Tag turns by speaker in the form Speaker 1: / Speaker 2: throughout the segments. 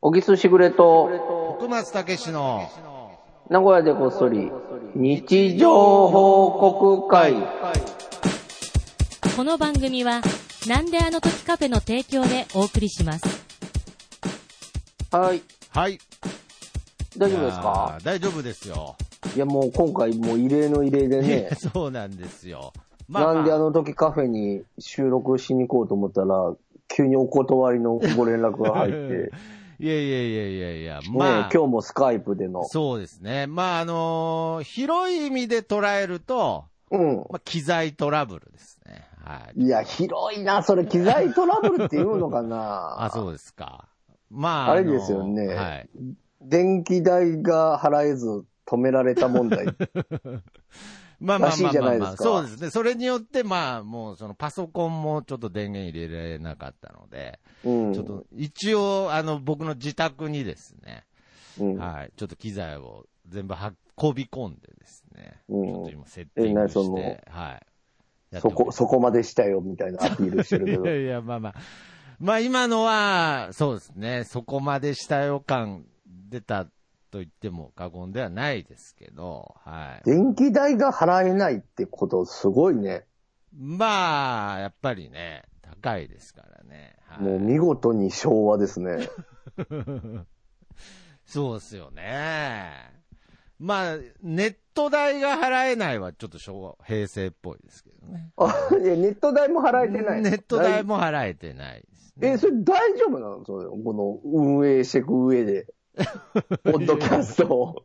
Speaker 1: 小木すしぐれと、
Speaker 2: 徳松武史の、
Speaker 1: 名古屋でこっそり、日常報告会。
Speaker 3: この番組は、なんであの時カフェの提供でお送りします。
Speaker 1: はい。
Speaker 2: はい。
Speaker 1: 大丈夫です
Speaker 2: いや
Speaker 1: か
Speaker 2: ー大丈夫ですよ。、
Speaker 1: いや、もう今回もう異例の異例でね
Speaker 2: そうなんですよ。
Speaker 1: なんであの時カフェに収録しに行こうと思ったら、急にお断りのご連絡が 入って、ね
Speaker 2: いやいやいやいやいや、ま
Speaker 1: 今
Speaker 2: あ、
Speaker 1: 日もスカイプでの。
Speaker 2: そうですね。まあ、あのー広い意味で捉えると、
Speaker 1: うん。
Speaker 2: まあ、機材トラブルですね。はい。
Speaker 1: いや、広いな、それ機材トラブルって言うのかな
Speaker 2: あ、そうですか。まあ、
Speaker 1: あれ
Speaker 2: のー
Speaker 1: ですよね
Speaker 2: はい。
Speaker 1: 電気代が払えず止められた問題。
Speaker 2: まあま
Speaker 1: ら
Speaker 2: あ
Speaker 1: し
Speaker 2: ま
Speaker 1: い
Speaker 2: あ
Speaker 1: じゃ
Speaker 2: ま
Speaker 1: な
Speaker 2: あ
Speaker 1: いで
Speaker 2: ますあ、
Speaker 1: か
Speaker 2: そうですね。それによって、まあ、もう、その、パソコンもちょっと電源入れられなかったので、
Speaker 1: うん。
Speaker 2: ちょっと、一応、あの、僕の自宅にですね、
Speaker 1: うん、
Speaker 2: はい、ちょっと機材を全部は運び込んでですね、
Speaker 1: うん
Speaker 2: ちょっと今、セッティングし
Speaker 1: えなに
Speaker 2: て、はい。やって
Speaker 1: そ
Speaker 2: おり
Speaker 1: こ、
Speaker 2: ます
Speaker 1: そこまでしたよ、みたいなアピールしてるけど
Speaker 2: い。やいや、まあまあ。まあ今のは、そうですね、そこまでした予感出たと言っても過言ではないですけど、はい。
Speaker 1: 電気代が払えないってこと、すごいね。
Speaker 2: まあ、やっぱりね、高いですからね。はい、
Speaker 1: もう見事に昭和です ね。
Speaker 2: そうですよね。まあ、ネット代が払えないはちょっと昭和、平成っぽいですけどね。
Speaker 1: あ、いや、ネット代も払えてない。
Speaker 2: ネット代も払えてないですね。
Speaker 1: え、それ大丈夫なのそれこの運営していく上 で。ポッドキャストを。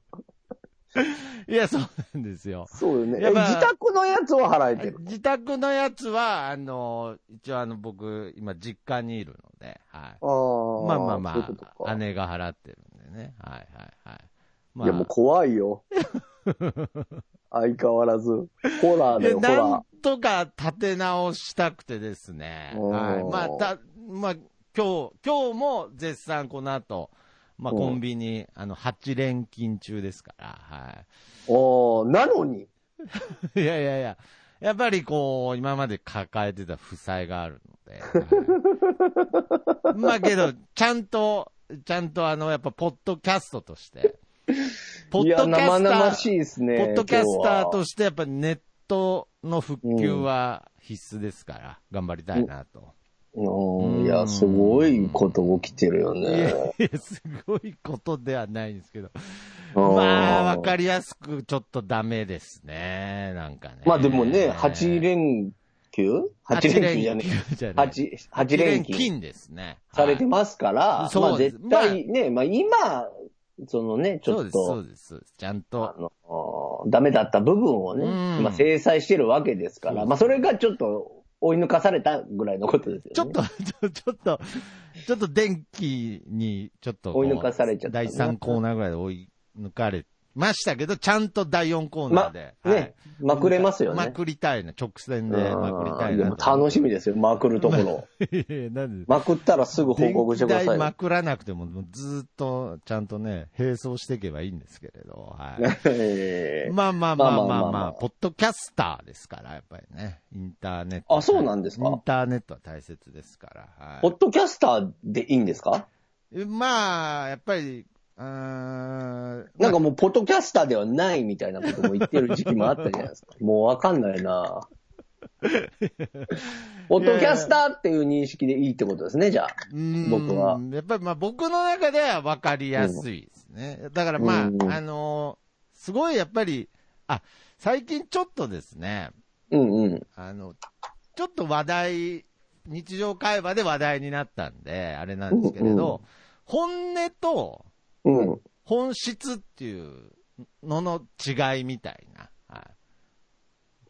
Speaker 2: いや、そうなんですよ。
Speaker 1: そうよね。
Speaker 2: や
Speaker 1: え
Speaker 2: っぱ
Speaker 1: 自宅のやつを払えてる。
Speaker 2: 自宅のやつは、あの、一応あの、僕、今、実家にいるので、はい。
Speaker 1: ああ。
Speaker 2: まあまあま
Speaker 1: そういうこと
Speaker 2: あ、
Speaker 1: か。
Speaker 2: 姉が払ってるんでね。はいはいはい。ま
Speaker 1: い
Speaker 2: あ、
Speaker 1: や、もう怖い よ。相変わらず。ホラーだよ、
Speaker 2: いや
Speaker 1: ホ
Speaker 2: な
Speaker 1: ラ
Speaker 2: んとか立て直したくてですね。
Speaker 1: おー
Speaker 2: はい。まあ、た、まあ、今日、今日も絶賛この後、まあ、
Speaker 1: うん
Speaker 2: コンビニ、あの、8連勤中ですから、はい。
Speaker 1: ー。おーなのに。
Speaker 2: い やいやいや、やっぱりこう、今まで抱えてた負債があるので。はい まあけど、ちゃんと、ちゃんとあの、やっぱ、ポッドキャストとして。ポ
Speaker 1: い
Speaker 2: ッ
Speaker 1: や、
Speaker 2: ドキ
Speaker 1: 生
Speaker 2: ャスタ
Speaker 1: 々
Speaker 2: ー、
Speaker 1: しいですね。
Speaker 2: ポッドキャスター
Speaker 1: 今日は
Speaker 2: として、やっぱネットの復旧は必須ですから、頑張りたいなと。
Speaker 1: うん
Speaker 2: うん
Speaker 1: いや、すごいこと起きてるよ
Speaker 2: いや
Speaker 1: ね。
Speaker 2: いや、すごいことではないんですけど。
Speaker 1: うん
Speaker 2: まあ、わかりやすく、ちょっとダメですね。なんかね。
Speaker 1: まあでもね、8連休 ?8 連休じゃね
Speaker 2: 八連休じゃない
Speaker 1: 八八連勤
Speaker 2: 金ですね。
Speaker 1: されてますから、
Speaker 2: はいそ
Speaker 1: ま
Speaker 2: う
Speaker 1: あ
Speaker 2: です
Speaker 1: 絶対ね、まあ今、そのね、ち
Speaker 2: そ
Speaker 1: ょ
Speaker 2: う
Speaker 1: っ
Speaker 2: です、そ
Speaker 1: と
Speaker 2: う、です。そうですちゃん
Speaker 1: あ
Speaker 2: と。
Speaker 1: の、ダメだった部分をね、
Speaker 2: うん
Speaker 1: 今制裁してるわけですか
Speaker 2: そうで
Speaker 1: ら、
Speaker 2: す
Speaker 1: まあそれがちょっと追い抜かされたぐらいのことですよね。
Speaker 2: ちょっと、ち ょちょっと、ちょっと電気に、ちょっとこう。
Speaker 1: 追い抜かされちゃった
Speaker 2: 第3コーナーぐらいで追い抜かれましたけど、ちゃんと第4コーナー
Speaker 1: ま、
Speaker 2: で。はい
Speaker 1: ね、まくれますよ
Speaker 2: ま
Speaker 1: ね。
Speaker 2: くりたいな、直線で
Speaker 1: うん
Speaker 2: まくりたい
Speaker 1: で
Speaker 2: な。
Speaker 1: も楽しみですよ、まくるところ。
Speaker 2: い やいやなんで
Speaker 1: まくったらすぐ報告してくだ
Speaker 2: 電気
Speaker 1: さ
Speaker 2: 代
Speaker 1: い。
Speaker 2: まくらなくても、もうずーっと、ちゃんとね、並走していけばいいんですけれど、はい。
Speaker 1: ええ
Speaker 2: まあまあまあまあま
Speaker 1: まあま
Speaker 2: あ、
Speaker 1: あまあまあ
Speaker 2: ポッドキャスターですから、やっぱりね。インターネット。
Speaker 1: あそうなんですか
Speaker 2: インターネットは大切ですから。はい
Speaker 1: ポッドキャスターでいいんですか
Speaker 2: まあ、やっぱり、うーん。
Speaker 1: なんかもう、ポッドキャスターではないみたいなことも言ってる時期もあったじゃないです か。もうわかんないなポッドキャスターっていう認識でいいってことですね、じゃあ。
Speaker 2: うーん
Speaker 1: 僕は。
Speaker 2: やっぱりまあ僕の中では分かりやすいですね。だからまあ、
Speaker 1: うん
Speaker 2: あのーすごいやっぱり、あ、最近ちょっとですね、
Speaker 1: うんうん。
Speaker 2: あの、ちょっと話題、日常会話で話題になったんで、あれなんですけれど、本音と、
Speaker 1: うん。
Speaker 2: 本質っていうのの違いみたいな、は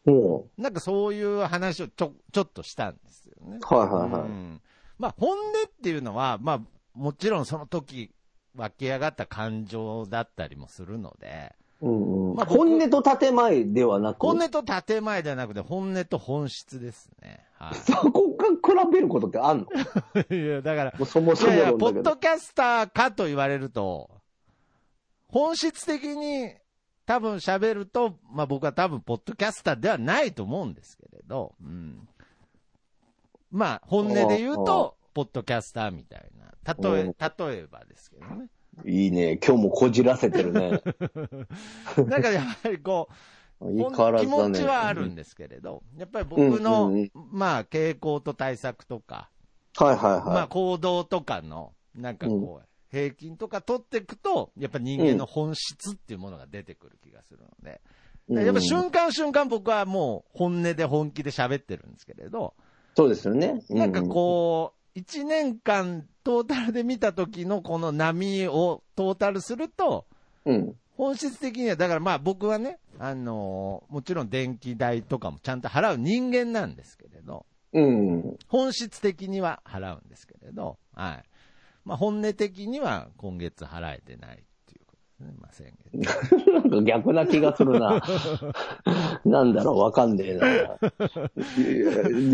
Speaker 1: も
Speaker 2: い、なんかそういう話をちょちょっとしたんですよね。
Speaker 1: はいはいはい
Speaker 2: うんまあ、本音っていうのは、まあ、もちろんその時湧き上がった感情だったりもするので、
Speaker 1: う。うんうん。
Speaker 2: まあ僕
Speaker 1: 本音と建前ではなく、
Speaker 2: 本音と建前ではなくて、本音と本質ですね。は
Speaker 1: そこから比べることってあんのも
Speaker 2: い、いやだから、
Speaker 1: うそも
Speaker 2: い
Speaker 1: そも
Speaker 2: やいや、
Speaker 1: 論
Speaker 2: ポ
Speaker 1: だ
Speaker 2: ッ
Speaker 1: け
Speaker 2: ド
Speaker 1: ど。
Speaker 2: キャスターかと言われると、本質的に多分喋ると、まあ僕は多分ポッドキャスターではないと思うんですけれど、うんまあ本音で言
Speaker 1: お
Speaker 2: う
Speaker 1: うお
Speaker 2: と、ポッドキャスターみたいなたとえ、例えばですけどね。
Speaker 1: いいね。今日もこじらせてる ね。
Speaker 2: なんかやっぱりこう、
Speaker 1: 相変わ
Speaker 2: ほん
Speaker 1: ら
Speaker 2: 気
Speaker 1: ずだ
Speaker 2: 持
Speaker 1: ね。
Speaker 2: ちはあるんですけれど、やっぱり僕の、
Speaker 1: うんうんうん
Speaker 2: まあ、傾向と対策とか、
Speaker 1: はいはいはい。
Speaker 2: まあ、行動とかの、なんかこう、平均とか取っていくと、やっぱ人間の本質っていうものが出てくる気がするので、
Speaker 1: うん
Speaker 2: やっぱ瞬間瞬間僕はもう本音で本気で喋ってるんですけれど、
Speaker 1: そうですよね。
Speaker 2: なんかこう、1年間トータルで見た時のこの波をトータルすると、
Speaker 1: うん。うん。
Speaker 2: 本質的には、だからまあ僕はね、あのーもちろん電気代とかもちゃんと払う人間なんですけれど、
Speaker 1: うん。
Speaker 2: 本質的には払うんですけれど、はい。まあ本音的には今月払えてないっていうこ とですね、まあ先月。
Speaker 1: なんか逆な気がする な。なんだろう、わかんねえな。いや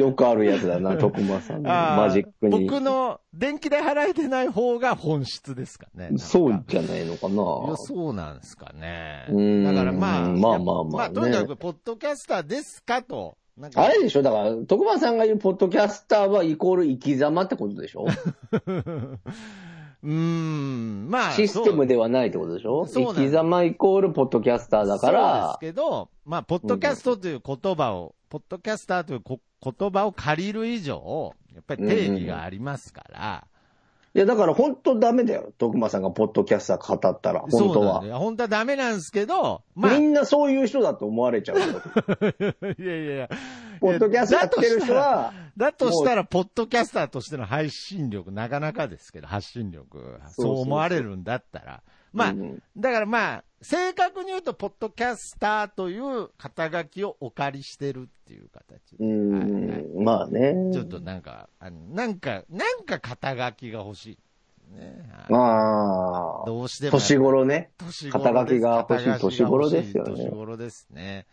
Speaker 1: よくあるやつだな、徳間さんの
Speaker 2: あー
Speaker 1: マジックに。
Speaker 2: 僕の電気代払えてない方が本質ですかね。なんか
Speaker 1: そうじゃないのか
Speaker 2: いや、
Speaker 1: な。
Speaker 2: そうなんですかね
Speaker 1: うー。ん
Speaker 2: だからま
Speaker 1: まあま
Speaker 2: あ、
Speaker 1: あまあね
Speaker 2: まあ、とにかく、ポッドキャスターですかと。なんか
Speaker 1: あ れでしょだから、徳間さんが言うポッドキャスターはイコール生き様ってことでしょ
Speaker 2: うーん、まあ、
Speaker 1: システムではないってことでしょ
Speaker 2: そうなん
Speaker 1: 生
Speaker 2: です
Speaker 1: き様イコールポッドキャスターだから
Speaker 2: そう、ですけど、まあ、ポッドキャストという言葉を、ポッドキャスターというこ言葉を借りる以上、やっぱり定義がありますから、
Speaker 1: いやだから本当ダメだよ。徳間さんがポッドキャスター語ったら、本
Speaker 2: そ
Speaker 1: 当
Speaker 2: うなん
Speaker 1: は
Speaker 2: だ。よ。本当はダメなんですけど、まあ、
Speaker 1: み
Speaker 2: い
Speaker 1: んなそういう人だと思われちゃう。
Speaker 2: やいやいや。
Speaker 1: ポッドキャスターやってる人は、
Speaker 2: だとしたら、ポッドキャスターとしての配信力、なかなかですけど、発信力、
Speaker 1: そうそう
Speaker 2: そう思われるんだったら。まあ
Speaker 1: うんうん、
Speaker 2: だからまあ、正確に言うと、ポッドキャスターという肩書きをお借りしてるっていう形。
Speaker 1: う
Speaker 2: はいはい
Speaker 1: ん、まあね。
Speaker 2: ちょっとなんか、あのなんか、なんか肩書きが欲しい。ね、あの
Speaker 1: まあ、
Speaker 2: どうしても。
Speaker 1: 年頃ね。
Speaker 2: 年
Speaker 1: 肩書きが欲しい
Speaker 2: 肩書きが
Speaker 1: 年頃ですよね
Speaker 2: 年頃ですね。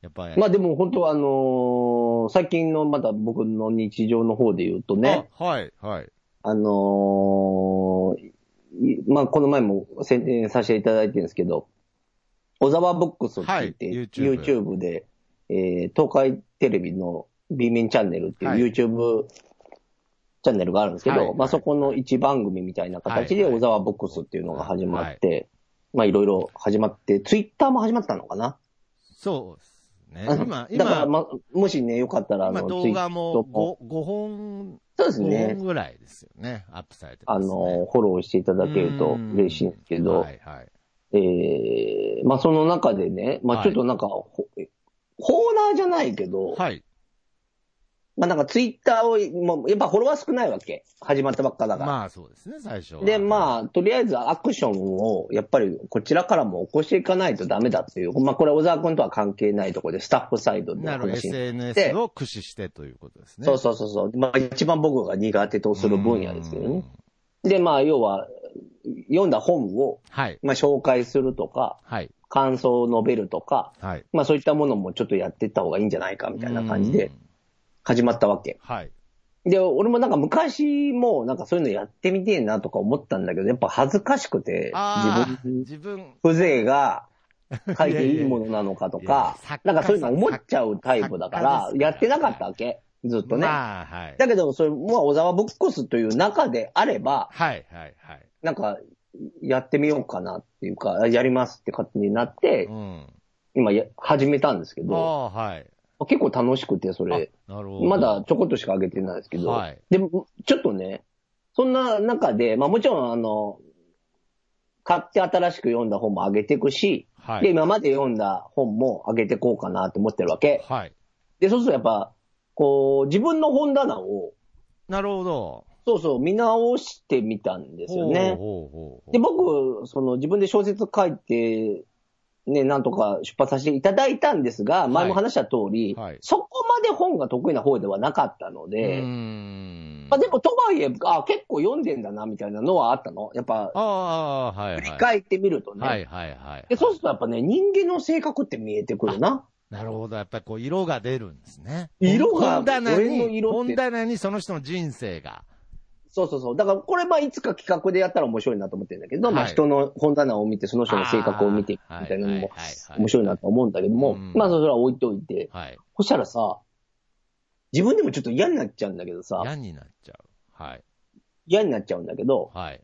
Speaker 2: やっぱり。
Speaker 1: まあでも本当はあのー最近のまた僕の日常の方で言うとね、
Speaker 2: あはい、はい。
Speaker 1: あのーいまあこの前も宣伝させていただいてるんですけど、小沢ボックスって言って、
Speaker 2: はい YouTube
Speaker 1: YouTube で、えー東海テレビの B 面チャンネルって
Speaker 2: はい
Speaker 1: いう YouTube チャンネルがあるんですけど、
Speaker 2: はいはい
Speaker 1: まあそこの一番組みたいな形で
Speaker 2: はいはい
Speaker 1: 小沢ボックスっていうのが始まって、まあいろいろ始まって、Twitter も始まったのかな
Speaker 2: そうですね。
Speaker 1: うん
Speaker 2: 今、
Speaker 1: だから、
Speaker 2: 今、
Speaker 1: ま、もしね、よかったら、あ
Speaker 2: 今
Speaker 1: の、
Speaker 2: 動画
Speaker 1: Twitter
Speaker 2: も 5, 5本、
Speaker 1: そうです
Speaker 2: 5
Speaker 1: ね
Speaker 2: 本。ぐらいですよね。アップされて
Speaker 1: あ
Speaker 2: ます、ね。
Speaker 1: の、フォローしていただけると嬉しいんですけ
Speaker 2: うん
Speaker 1: ど
Speaker 2: は、い、はい。
Speaker 1: えー、まあ、その中でね、ま
Speaker 2: は
Speaker 1: あ、
Speaker 2: い
Speaker 1: ちょっとなんか、ほコーナーじゃないけど、
Speaker 2: はい。
Speaker 1: まあ、なんかツイッターを、もうやっぱフォロワー少ないわけ。始まったばっかだから。
Speaker 2: まあ、そうですね、最初は。
Speaker 1: で、まあ、とりあえずアクションを、やっぱりこちらからも起こしていかないとダメだっていう、まあ、これ小沢君とは関係ないところで、スタッフサイドで
Speaker 2: なるほど
Speaker 1: 話に
Speaker 2: SNS を駆使してということですね。
Speaker 1: そうそうそうそう。まあ、一番僕が苦手とする分野ですけど
Speaker 2: う
Speaker 1: ね
Speaker 2: ん。。
Speaker 1: で、まあ、要は、読んだ本を、
Speaker 2: はい。
Speaker 1: まあ、紹介するとか、
Speaker 2: はい。
Speaker 1: 感想を述べるとか、
Speaker 2: はい。
Speaker 1: まあ、そういったものもちょっとやっていった方がいいんじゃないか、みたいな感じ
Speaker 2: う
Speaker 1: で
Speaker 2: ん。
Speaker 1: 始まったわけ。
Speaker 2: はい。
Speaker 1: で、俺もなんか昔も、なんかそういうのやってみてえなとか思ったんだけど、やっぱ恥ずかしくて、
Speaker 2: ああ
Speaker 1: 自、分、
Speaker 2: 自分、
Speaker 1: 風情が書いていいものなのかと
Speaker 2: いやいやいや
Speaker 1: か
Speaker 2: いや、
Speaker 1: なんかそういうの思っちゃうタイプだから
Speaker 2: 作家、ですから
Speaker 1: やってなかったわけ、ずっとね。
Speaker 2: まあ、はい。
Speaker 1: だけど、それ、もう小沢ボックスという中であれば、
Speaker 2: はい、はい、はい。
Speaker 1: なんか、やってみようかなっていうか、やりますって勝手になって
Speaker 2: う、ん。
Speaker 1: 今や、始めたんですけ
Speaker 2: あ
Speaker 1: ど、
Speaker 2: あ、はい。
Speaker 1: 結構楽しくて、そ
Speaker 2: あ
Speaker 1: れ、
Speaker 2: なるほど。
Speaker 1: まだ、ちょこっとしか上げてないですけど、
Speaker 2: はい
Speaker 1: でも、ちょっとね、そんな中で、まあもちろん、あの、買って新しく読んだ本も上げていくし、
Speaker 2: は
Speaker 1: で、
Speaker 2: い。
Speaker 1: 今まで読んだ本も上げていこうかなって思ってるわけ。
Speaker 2: はい。
Speaker 1: で、そうするとやっぱ、こう、自分の本棚を、
Speaker 2: なるほど。
Speaker 1: そうそう、見直してみたんですよね。
Speaker 2: ほうほうほうほう
Speaker 1: で、僕、その自分で小説書いて、ね、なんとか出版させていただいたんですが、前も話した通り、
Speaker 2: はい
Speaker 1: そこまで本が得意な方ではなかったの
Speaker 2: う
Speaker 1: で、
Speaker 2: ーん。
Speaker 1: まあ、でもとはいえ、あ、結構読んでんだな、みたいなのはあったの。やっぱ、
Speaker 2: ああ、はい、はい。
Speaker 1: 振り返ってみるとね。
Speaker 2: はい、はい、はい。
Speaker 1: でそうするとやっぱね、人間の性格って見えてくるな。
Speaker 2: なるほど。やっぱりこう、色が出るんですね。
Speaker 1: 色が
Speaker 2: 本棚
Speaker 1: 俺の
Speaker 2: に、
Speaker 1: 色って
Speaker 2: 本棚にその人の人生が。
Speaker 1: そうそうそう。だからこれまあいつか企画でやったら面白いなと思ってるんだけど、まあ
Speaker 2: はい
Speaker 1: 人の本棚を見て、その人の性格を見て、み
Speaker 2: あー
Speaker 1: たいなのも
Speaker 2: はいはいはいはい
Speaker 1: 面白いなと思うんだけども、
Speaker 2: うん
Speaker 1: まあそれは置いといて。
Speaker 2: はい。
Speaker 1: そしたらさ、自分でもちょっと嫌になっちゃうんだけどさ、
Speaker 2: 嫌になっちゃう。はい。
Speaker 1: 嫌になっちゃうんだけど、
Speaker 2: はい。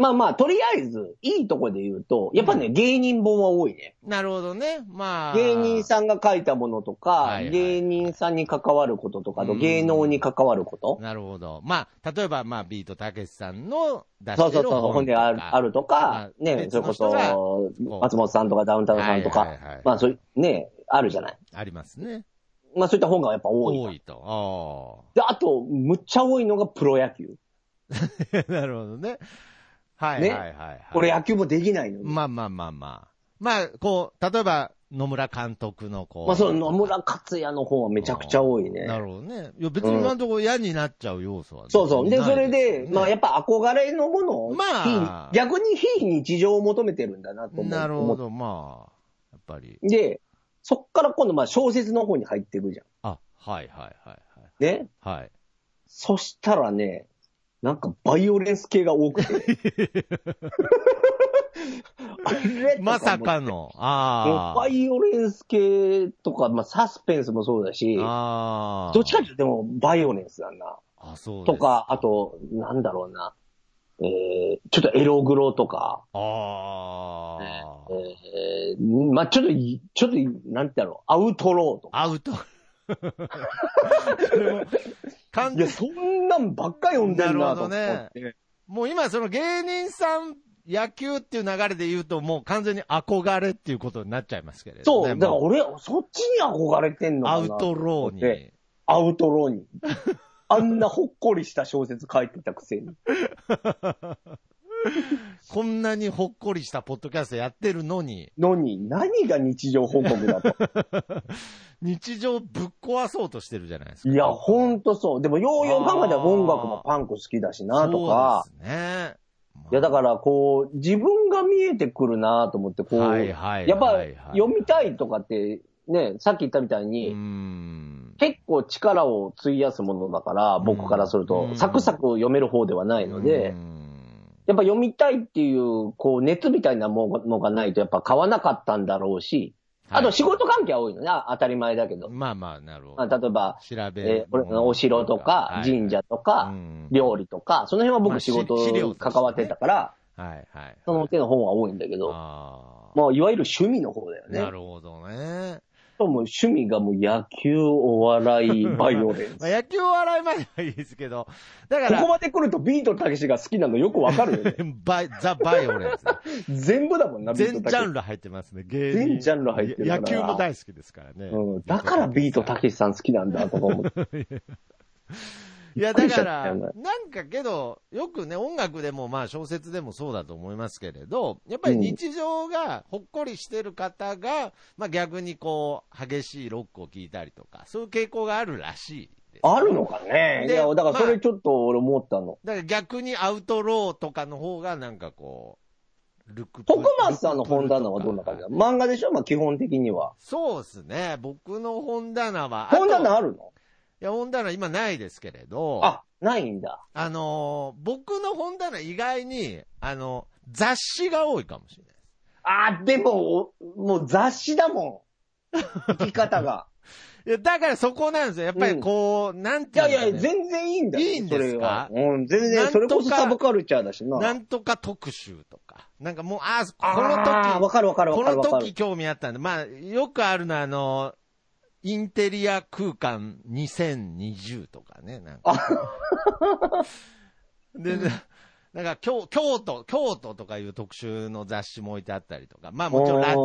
Speaker 1: まあまあ、とりあえず、いいとこで言うと、やっぱね、芸人本は多いね。
Speaker 2: なるほどね。まあ。
Speaker 1: 芸人さんが書いたものとか、
Speaker 2: はいはい
Speaker 1: 芸人さんに関わることとか、あと
Speaker 2: うん
Speaker 1: 芸能に関わること。
Speaker 2: なるほど。まあ、例えば、まあ、ビートたけしさんの出
Speaker 1: そう
Speaker 2: し
Speaker 1: そ
Speaker 2: て
Speaker 1: う
Speaker 2: る
Speaker 1: そう、
Speaker 2: 本
Speaker 1: 本
Speaker 2: と
Speaker 1: で
Speaker 2: か
Speaker 1: あるあるとか、
Speaker 2: まあ
Speaker 1: ね、それこ
Speaker 2: 別の人
Speaker 1: そ
Speaker 2: こう、
Speaker 1: 松本さんとかダウンタウンさんとか、
Speaker 2: はいはいはい
Speaker 1: まあそういう、ね、あるじゃない。
Speaker 2: ありますね。
Speaker 1: まあそういった本がやっぱ多い。
Speaker 2: 多いと。
Speaker 1: で、あと、むっちゃ多いのがプロ野球。
Speaker 2: あ あ。なるほどね。はいはい
Speaker 1: ね
Speaker 2: はい、はい。
Speaker 1: 俺野球もできないのに。
Speaker 2: まあまあまあまあ。まあ、こう、例えば、野村監督のこう。
Speaker 1: まあその野村克也の本はめちゃくちゃ多いね。
Speaker 2: なるほどね。いや、別に今のところ嫌になっちゃう要素は、
Speaker 1: そうそう。で、
Speaker 2: ない
Speaker 1: それで、
Speaker 2: すよね
Speaker 1: まあやっぱ憧れのものを、
Speaker 2: まあ
Speaker 1: 非逆に非日常を求めてるんだなと思う。
Speaker 2: なるほど、まあ、やっぱり。
Speaker 1: で、そっから今度まあ小説の方に入っていくじゃん。
Speaker 2: あ、はいはいはいはい。
Speaker 1: ね。
Speaker 2: はい。
Speaker 1: そしたらね、なんかバイオレンス系が多くて。あれとかも
Speaker 2: まさかの、ああ。
Speaker 1: バイオレンス系とか、まあサスペンスもそうだし、
Speaker 2: ああ。
Speaker 1: どっちかっていうとでもバイオレンスだな。
Speaker 2: あ、そうです
Speaker 1: とか、あ。と、なんだろうな。えー、ちょっとエログロとか、
Speaker 2: ああ。
Speaker 1: えー、まあちょっとい、ちょっとい、なんてやろう、アウトローとか。
Speaker 2: アウト。それも完
Speaker 1: いや、
Speaker 2: 全
Speaker 1: そんなんばっか読んでんなと思って。
Speaker 2: なるもう今、その芸人さん、野球っていう流れで言うと、もう完全に憧れっていうことになっちゃいますけれど
Speaker 1: そう、
Speaker 2: ね。
Speaker 1: だから
Speaker 2: も
Speaker 1: 俺、そっちに憧れてん
Speaker 2: う
Speaker 1: のかな
Speaker 2: アウトローに
Speaker 1: で。アウトローに。 あんなほっこりした小説書いてたくせに。
Speaker 2: こんなにほっこりしたポッドキャストやってるのに、
Speaker 1: のに、何が日常報告 だと。
Speaker 2: 日常ぶっ壊そうとしてるじゃないですか。
Speaker 1: いや、ほんとそう。でも、ようよう考えたら音楽もパンク好きだしなとか。
Speaker 2: そうですね。
Speaker 1: いや、だ
Speaker 2: ら、
Speaker 1: から、こう、自分が見えてくるなと思って、こう、
Speaker 2: はいはいはいはい
Speaker 1: やっぱ、読みたいとかって、ね、さっき言ったみたいうに、
Speaker 2: ーん。
Speaker 1: 結構力を費やすものだから、僕からすると、
Speaker 2: うん
Speaker 1: サクサク読める方ではないので、
Speaker 2: うーん
Speaker 1: やっぱ読みたいっていう、こう、熱みたいなものがないと、やっぱ買わなかったんだろうし、あと仕事関係は多いのね、あ当たり前だけど。
Speaker 2: まあまあ、なるほ
Speaker 1: まあ、
Speaker 2: ど。
Speaker 1: 例えば、
Speaker 2: 調べ、
Speaker 1: えー俺お城とか、神社と
Speaker 2: は
Speaker 1: か
Speaker 2: い、うん
Speaker 1: 料理とか、その辺は
Speaker 2: まあ
Speaker 1: 僕仕事
Speaker 2: 資資料としてね
Speaker 1: 関わってたから、
Speaker 2: はいはい。
Speaker 1: その手の本は多いんだけど、
Speaker 2: ああ。
Speaker 1: まあ、いわゆる趣味の方だよね。
Speaker 2: なるほどね。
Speaker 1: ともう趣味がもう野球、お笑い、バイオレンス。
Speaker 2: まあ、野球を洗いまではいいですけど、 だか
Speaker 1: こ
Speaker 2: ら、
Speaker 1: こまで来るとビートたけしが好きなのよくわかるよね。
Speaker 2: バイザ・バイオ レンスね。
Speaker 1: 全部だもんな、ビート
Speaker 2: 全
Speaker 1: た
Speaker 2: ジ
Speaker 1: け
Speaker 2: ャ
Speaker 1: し
Speaker 2: ン。ル入ってますね、芸人。
Speaker 1: 全ジャンル入ってるから
Speaker 2: 野球も大好きですからね。
Speaker 1: うん、だからビートたけしさん好きなんだとか思って。
Speaker 2: い
Speaker 1: びっ
Speaker 2: や、
Speaker 1: く
Speaker 2: だ
Speaker 1: りしち
Speaker 2: か
Speaker 1: ゃった
Speaker 2: ら、
Speaker 1: よね
Speaker 2: なんかけど、よくね、音楽でも、まあ、小説でもそうだと思いますけれど、やっぱり日常がほっこりしてる方が、まあ、逆にこう、激しいロックを聴いたりとか、そういう傾向があるらしいです。
Speaker 1: あるのかねい
Speaker 2: で
Speaker 1: や、だからそれちょっと俺思ったの。
Speaker 2: だから逆にアウトローとかの方が、なんかこう、ルクプ
Speaker 1: 徳松さんの本棚はどんな感じだ漫画でしょまあ基本的には。
Speaker 2: そうですね。僕の本棚は。あと
Speaker 1: 本棚
Speaker 2: い
Speaker 1: あるの
Speaker 2: や、本棚今ないですけれど。
Speaker 1: あ、ないんだ。
Speaker 2: あのー僕の本棚意外に、あの、雑誌が多いかもしれない。
Speaker 1: あ、でも、おもう雑誌だもん。生き方が。
Speaker 2: いや、だからそこなんですよ。やっぱりこう、なん
Speaker 1: い
Speaker 2: ていう
Speaker 1: や
Speaker 2: の
Speaker 1: い
Speaker 2: かね
Speaker 1: や、全然いいんだよ
Speaker 2: いいんですか
Speaker 1: それはうん、全
Speaker 2: な
Speaker 1: 然、
Speaker 2: んとか
Speaker 1: それこそサブカルチャーだしな。
Speaker 2: なんとか特集とか。なんかもう、ああ、こ
Speaker 1: あー
Speaker 2: の
Speaker 1: わ
Speaker 2: 時、
Speaker 1: かるわかるわ
Speaker 2: こ
Speaker 1: かる
Speaker 2: の
Speaker 1: わかる
Speaker 2: 時。興味あったんで、まあ、よくあるのは、あの、インテリア空間2020とかね、なんか。 で、ななんか京、京都、京都とかいう特集の雑誌も置いてあったりとか、まあもちろんラジオと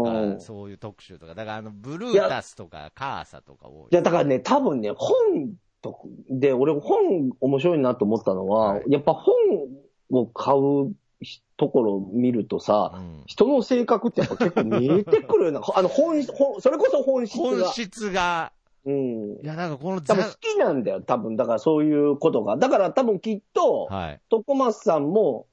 Speaker 1: お
Speaker 2: か、
Speaker 1: ー
Speaker 2: そういう特集とか、だからあの、ブルータスとか、カーサとか多い。
Speaker 1: いや、だからね、多分ね、本と、で、俺本面白いなと思ったのは、
Speaker 2: はい
Speaker 1: やっぱ本を買うところを見るとさ、
Speaker 2: うん
Speaker 1: 人の性格ってやっぱ結構見えてくるよ うな、あの本、本それこそ本質
Speaker 2: 本
Speaker 1: が。
Speaker 2: 質が、
Speaker 1: うん
Speaker 2: い。や、なんかこの
Speaker 1: 多
Speaker 2: 雑
Speaker 1: 分好きなんだよ、多分。だからそういうことが。だから多分きっと、
Speaker 2: はい。
Speaker 1: 徳松さんも、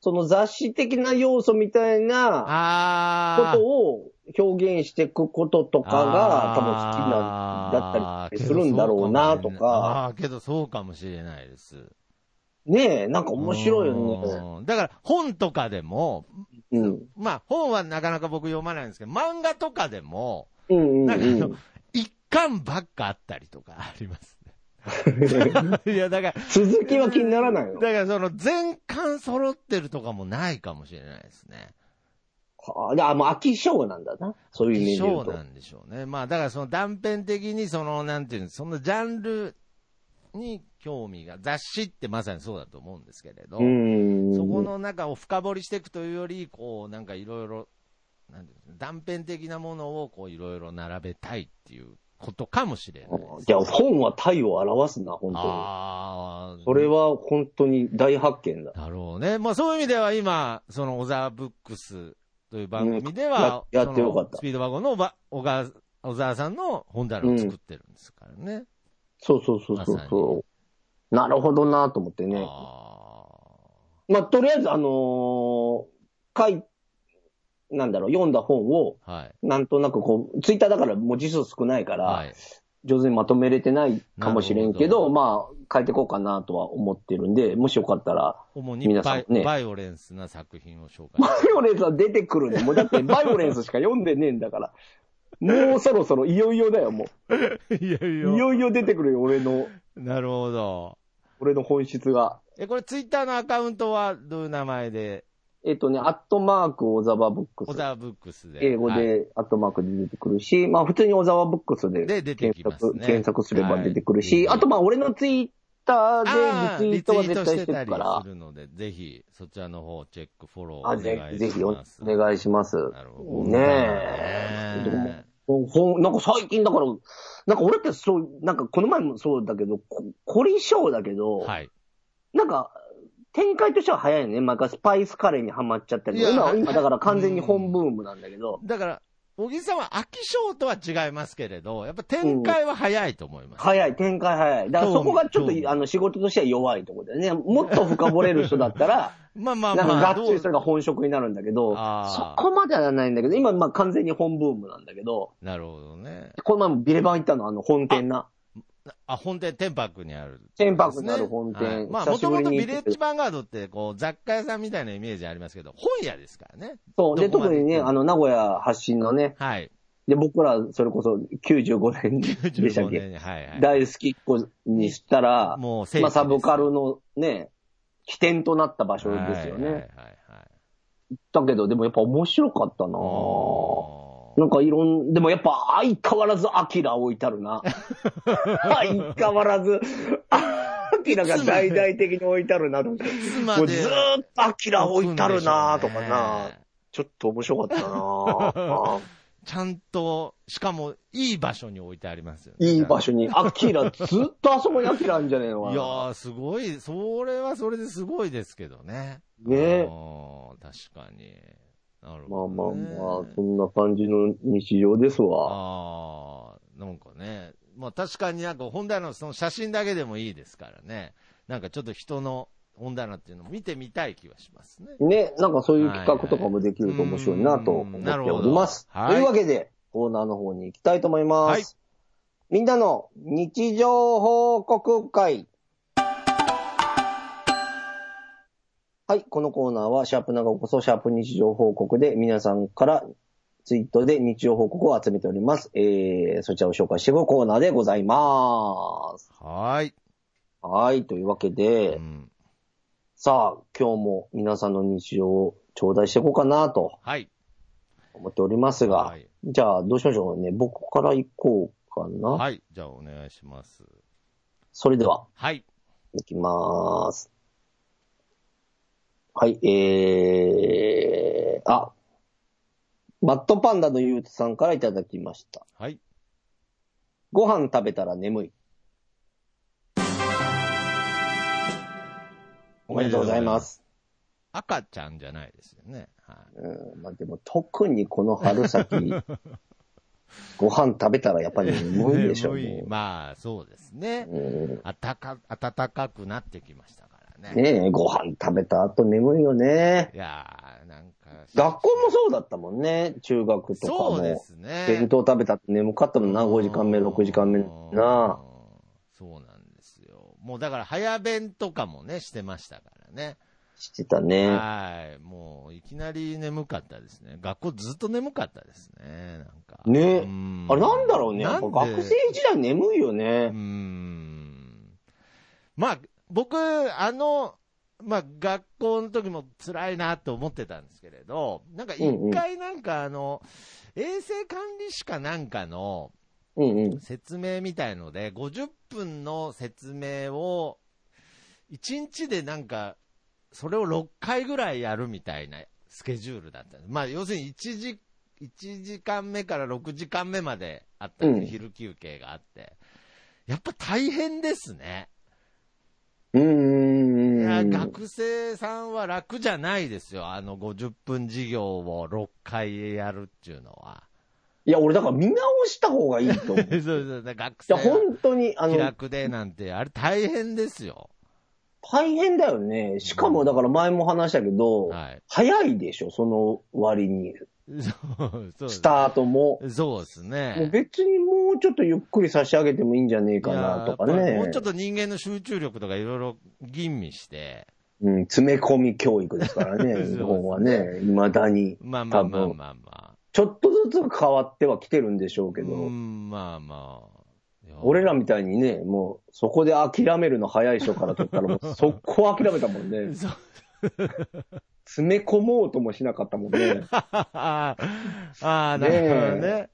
Speaker 1: その雑誌的な要素みたいなこ
Speaker 2: あー
Speaker 1: とを表現していくこととかが、多分好き
Speaker 2: あ
Speaker 1: なん
Speaker 2: ー
Speaker 1: だったりするんだろうなとか、。
Speaker 2: けどそうかもしれないあーけどそうかもしれないで
Speaker 1: ね
Speaker 2: す。
Speaker 1: え、なんか面白いよ
Speaker 2: うんだから本とかでも、
Speaker 1: ね。うん。
Speaker 2: まあ本はなかなか僕読まないんですけど、漫画とかでも、
Speaker 1: うんうん
Speaker 2: なんかあ
Speaker 1: う
Speaker 2: の
Speaker 1: ん。
Speaker 2: 一巻ばっかあったりとかありますね。 いや、だから、
Speaker 1: 続きは気にならないの
Speaker 2: だからその全巻揃ってるとかもないかもしれないですね。
Speaker 1: ああ、もう飽き性なんだな。そういう意味で言
Speaker 2: そうう
Speaker 1: と。
Speaker 2: なんでしょうね。まあだからその断片的にその、なんていうの、そのジャンルに興味が、雑誌ってまさにそうだと思うんですけれど、
Speaker 1: うん。
Speaker 2: そこの中を深掘りしていくというより、こう、なんかいろいろ、なんていうんですか断片的なものをこういろいろ並べたいっていうことかもしれないです。
Speaker 1: じゃあ本は体を表すな、本当
Speaker 2: ああ、
Speaker 1: に。それは本当に大発見だ。
Speaker 2: だろうね。まあそういう意味では今、その小沢ブックスという番組では、
Speaker 1: うんややってよかった
Speaker 2: そのスピードワゴンのば小川小沢さんの本棚を作ってるんですからね。
Speaker 1: そうそうそうそうそう。なるほどなと思ってね。
Speaker 2: あ
Speaker 1: まあ、とりあえず、あのー、書い、なんだろう、読んだ本を、
Speaker 2: あ、はい。
Speaker 1: なんとなくこう、ツイッターだから文字数少ないから、
Speaker 2: はい。
Speaker 1: 上手にまとめれてないかもしれんけど、
Speaker 2: なるほど
Speaker 1: まあ、書いていこうかなとは思ってるんで、もしよかったら、
Speaker 2: 主に
Speaker 1: 皆
Speaker 2: バ
Speaker 1: さ
Speaker 2: イ,、
Speaker 1: んね
Speaker 2: バイオレンスな作品を紹 介。
Speaker 1: バイオレンスは出てくるね。もうだってバイオレンスしか読んでねえんだから。もうそろそろいよいよだよ、も。
Speaker 2: いやいう
Speaker 1: いよいよ出てくるよ、俺 の、
Speaker 2: なるほど。
Speaker 1: 俺の本質が。
Speaker 2: え、これツイッターのアカウントはどういう名前で
Speaker 1: えっとね、アットマーク小沢ブック
Speaker 2: 小
Speaker 1: ス。
Speaker 2: 沢ブックスで。
Speaker 1: 英語
Speaker 2: はい。
Speaker 1: でアットマークで出てくるし、まあ普通に小沢ブックスで
Speaker 2: で出て
Speaker 1: 検
Speaker 2: きますね
Speaker 1: 索、検索すれば出てくるし、
Speaker 2: はい
Speaker 1: あとまあ俺のツイッタ
Speaker 2: あ
Speaker 1: ー
Speaker 2: ー
Speaker 1: でリツイートは
Speaker 2: リツイ
Speaker 1: 絶
Speaker 2: ート
Speaker 1: 対
Speaker 2: し
Speaker 1: してて
Speaker 2: た
Speaker 1: る
Speaker 2: り
Speaker 1: から
Speaker 2: す、るので、ぜひ、そちらの方、チェック、フォローお
Speaker 1: あ
Speaker 2: 願いし
Speaker 1: ぜ
Speaker 2: ます。
Speaker 1: ひ、ぜひお願いします。
Speaker 2: なるほど。
Speaker 1: ね
Speaker 2: ねえ
Speaker 1: え。ほんなんか最近だから、なんか俺ってそう、なんかこの前もそうだけど、こ凝り性だけど、
Speaker 2: はい。
Speaker 1: なんか、展開としては早いよね。なんかスパイスカレーにハマっちゃったりとか
Speaker 2: いや
Speaker 1: 今、
Speaker 2: はい
Speaker 1: 今だから完全に本ブームなんだけど、
Speaker 2: だから、小木さんは飽き性とは違いますけれど、やっぱ展開は早いと思います。
Speaker 1: 早い、展開早い。だからそこがちょっ
Speaker 2: そう
Speaker 1: と、あの、仕事としては弱いところだよね。もっと深掘れる人だったら、
Speaker 2: まあま
Speaker 1: な
Speaker 2: あ
Speaker 1: んか
Speaker 2: まあ。
Speaker 1: がっつりそ
Speaker 2: ど
Speaker 1: れ
Speaker 2: う
Speaker 1: が本職になるんだけど、
Speaker 2: あ
Speaker 1: そ
Speaker 2: ー
Speaker 1: こまではないんだけど、今、まあ完全に本ブームなんだけど、
Speaker 2: なるほどね。
Speaker 1: この前もビレバン行ったの、あの、本店な。
Speaker 2: あ、本店、天白にある、
Speaker 1: 天白にある本店
Speaker 2: はいまあ、も
Speaker 1: 久し
Speaker 2: と
Speaker 1: ぶ
Speaker 2: も
Speaker 1: り
Speaker 2: と
Speaker 1: に行
Speaker 2: ビ
Speaker 1: って
Speaker 2: レッジヴァンガードって、こう、雑貨屋さんみたいなイメージありますけど、本屋ですからね。
Speaker 1: そう。で、
Speaker 2: どこま
Speaker 1: 特
Speaker 2: で
Speaker 1: にね、あの、名古屋発信のね、
Speaker 2: はい。
Speaker 1: で、僕ら、それこそ95年で した
Speaker 2: 15
Speaker 1: っけ
Speaker 2: 年に、はいはい。
Speaker 1: 大好きっ子にしたら、
Speaker 2: もう聖地です、
Speaker 1: まあ、サブカルのね、起点となった場所ですよね。
Speaker 2: はいはいはいはい。
Speaker 1: だけど、でもやっぱ面白かったなぁなんかいろん、でもやっぱ相変わらずアキラ置いてある な。相変わらず、アキラが大々的に置いてあるなと思って。
Speaker 2: いつま
Speaker 1: もう
Speaker 2: で
Speaker 1: ずーっとアキラ置いてあるなとかな、ちょっと面白かったな ぁあ
Speaker 2: ちゃんと、しかも、いい場所に置いてありますよね。
Speaker 1: いい場所に、アキラ、ずっとあそこにアキラあるんじゃねえのか
Speaker 2: い
Speaker 1: な。
Speaker 2: やー、すごい、それはそれですごいですけどね。
Speaker 1: ね
Speaker 2: うん確かに。なる
Speaker 1: まあ
Speaker 2: ほ
Speaker 1: まあ
Speaker 2: ど、ね。
Speaker 1: まあ、そんな感じの日常ですわ。
Speaker 2: ああ、なんかね、まあ確かになんか本棚のその写真だけでもいいですからね、なんかちょっと人の本棚っていうのも見てみたい気はしますね。
Speaker 1: ね、なんかそういう企画とかもできると面白いなと思っております。
Speaker 2: はい
Speaker 1: と
Speaker 2: はいいうなる
Speaker 1: わ
Speaker 2: ほ
Speaker 1: けで、コーナーの方に行きたいと思います。
Speaker 2: はい
Speaker 1: みんなの日常報告会。はい、このコーナーは、シャープ長こそシャープ日常報告で、皆さんからツイートで日常報告を集めております。えー、そちらを紹介していくコーナーでございます。
Speaker 2: はーい。
Speaker 1: はい、というわけ
Speaker 2: う
Speaker 1: で、
Speaker 2: ん、
Speaker 1: さあ、今日も皆さんの日常を頂戴していこうかなと。
Speaker 2: はい。
Speaker 1: 思っておりますが、
Speaker 2: はい
Speaker 1: じゃあどうしましょうね。僕から行こうかな。
Speaker 2: はい。じゃあお願いします。
Speaker 1: それでは、
Speaker 2: はい。
Speaker 1: 行きまーす。はい、えー、あ、マットパンダのゆうとさんからいただきました。
Speaker 2: はい。
Speaker 1: ご飯食べたら眠い。おめでとうございます。
Speaker 2: 赤ちゃんじゃないですよね。はい、
Speaker 1: うん、まあでも特にこの春 先、ご飯食べたらやっぱり眠いでしょ。
Speaker 2: 眠
Speaker 1: も
Speaker 2: いうまあ、そうですね。
Speaker 1: うん
Speaker 2: あたか、暖かくなってきましたからね。
Speaker 1: ねえ、ご飯食べた後眠いよね。
Speaker 2: いやー、なんか。
Speaker 1: 学校もそうだったもんね、中学とかも。
Speaker 2: そうですね。
Speaker 1: 弁当食べた後眠かったもんな、5時間目、6時間目な。
Speaker 2: うん。そうなんですよ。もうだから早弁とかもね、してましたからね。
Speaker 1: してたね。
Speaker 2: はい。もういきなり眠かったですね。学校ずっと眠かったですね。なんか。
Speaker 1: ね
Speaker 2: うん
Speaker 1: あれなんだろうね、やっぱ
Speaker 2: なんで
Speaker 1: 学生時代眠いよ
Speaker 2: う
Speaker 1: ね。
Speaker 2: ん。まあ、僕、あの、まあ、学校の時も辛いなと思ってたんですけれど、なんか一回なんかあの、衛生管理士かなんかの
Speaker 1: うんうん。
Speaker 2: 説明みたいので、50分の説明を、1日でなんか、それを6回ぐらいやるみたいなスケジュールだったんです。まあ、要するに1時、1時間目から6時間目まであったんです、
Speaker 1: うん
Speaker 2: 昼休憩があって。やっぱ大変ですね。
Speaker 1: うーん。
Speaker 2: いや、学生さんは楽じゃないですよ。あの50分授業を6回やるっていうのは。
Speaker 1: いや、俺だから見直した方がいいと思う。い
Speaker 2: そうそう、だから学生
Speaker 1: や、
Speaker 2: は
Speaker 1: 本当に、あ
Speaker 2: 気
Speaker 1: の、
Speaker 2: 楽でなんて、あれ大変ですよ。
Speaker 1: 大変だよね。しかも、だから前も話したけど、
Speaker 2: はい。
Speaker 1: 早いでしょ、その割に。
Speaker 2: そうそう
Speaker 1: スタートも。
Speaker 2: そうです
Speaker 1: もう
Speaker 2: ね。
Speaker 1: 別にもうちょっとゆっくり差し上げてもいいんじゃねえかなとか
Speaker 2: いややっぱ
Speaker 1: ね。
Speaker 2: りもうちょっと人間の集中力とかいろいろ吟味して、
Speaker 1: うん、詰め込み教育ですから
Speaker 2: そう
Speaker 1: ね、
Speaker 2: そう
Speaker 1: 日本はね、未だに。
Speaker 2: まあまあまあ
Speaker 1: 多分
Speaker 2: まあま
Speaker 1: ちょっとずつ変わってはきてるんでしょう
Speaker 2: あ。
Speaker 1: け
Speaker 2: う
Speaker 1: ど、
Speaker 2: ん、まあまあ。いや
Speaker 1: 俺らみたいにね、もうそこで諦めるの早い人から取ったらも う速攻諦めたもんね。
Speaker 2: そう
Speaker 1: 詰め込もうともしなかったもん ね。
Speaker 2: ああ、なるほどね。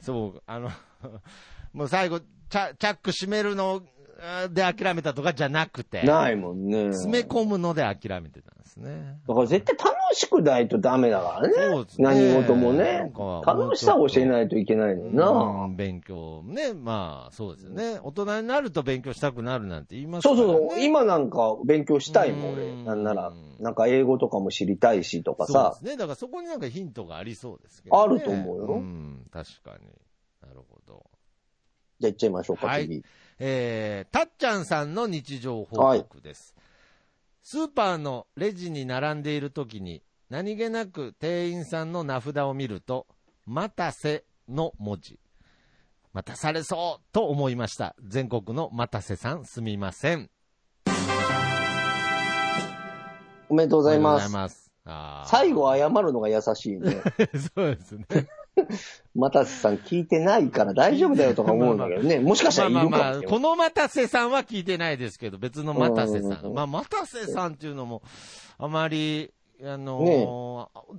Speaker 2: そう、あの、もう最後、チャチャック閉めるのあーで諦めたとかじゃなくて、
Speaker 1: ないもんね。
Speaker 2: 詰め込むので諦めてたんですね。
Speaker 1: だから絶対楽しくないとダメだからね。
Speaker 2: そうですね
Speaker 1: 何事も
Speaker 2: なん
Speaker 1: ね
Speaker 2: か。
Speaker 1: 楽しさを教えないといけないのにな。
Speaker 2: うん勉強ね、まあ、そうですよね。大人になると勉強したくなるなんて言いますか
Speaker 1: そ
Speaker 2: ら、
Speaker 1: う
Speaker 2: ね。
Speaker 1: そうそう。今なんか勉強したいもん、
Speaker 2: う
Speaker 1: 俺。
Speaker 2: ん
Speaker 1: なんなら、なんか英語とかも知りたいしとか
Speaker 2: そう
Speaker 1: さ
Speaker 2: で。すね。だからそこになんかヒントがありそうですけど、ね。
Speaker 1: あると思うよ
Speaker 2: ん、確かに。なるほど。
Speaker 1: じゃあ行っちゃいましょうか、
Speaker 2: はい
Speaker 1: 次。
Speaker 2: えー、たっちゃんさんの日常報告です。スーパーのレジに並んでいる時に、何気なく店員さんの名札を見ると、待たせの文字。待たされそうと思いました。全国の待たせさんすみません。
Speaker 1: おめでとうございま
Speaker 2: おめでとうござい
Speaker 1: す。
Speaker 2: ます。あー
Speaker 1: 最後謝るのが優しいね。
Speaker 2: そうですね。
Speaker 1: またさん聞いてないから大丈夫だよとか思うんだけど ね。もしかした
Speaker 2: ま
Speaker 1: らい
Speaker 2: あ
Speaker 1: る
Speaker 2: ま
Speaker 1: か
Speaker 2: あ
Speaker 1: もしれ
Speaker 2: ま
Speaker 1: な
Speaker 2: あ、
Speaker 1: い。
Speaker 2: この待たせさんは聞いてないですけど、別の待たせさ。
Speaker 1: うんん
Speaker 2: まあ、待たせさんっていうのも、あまり、あのー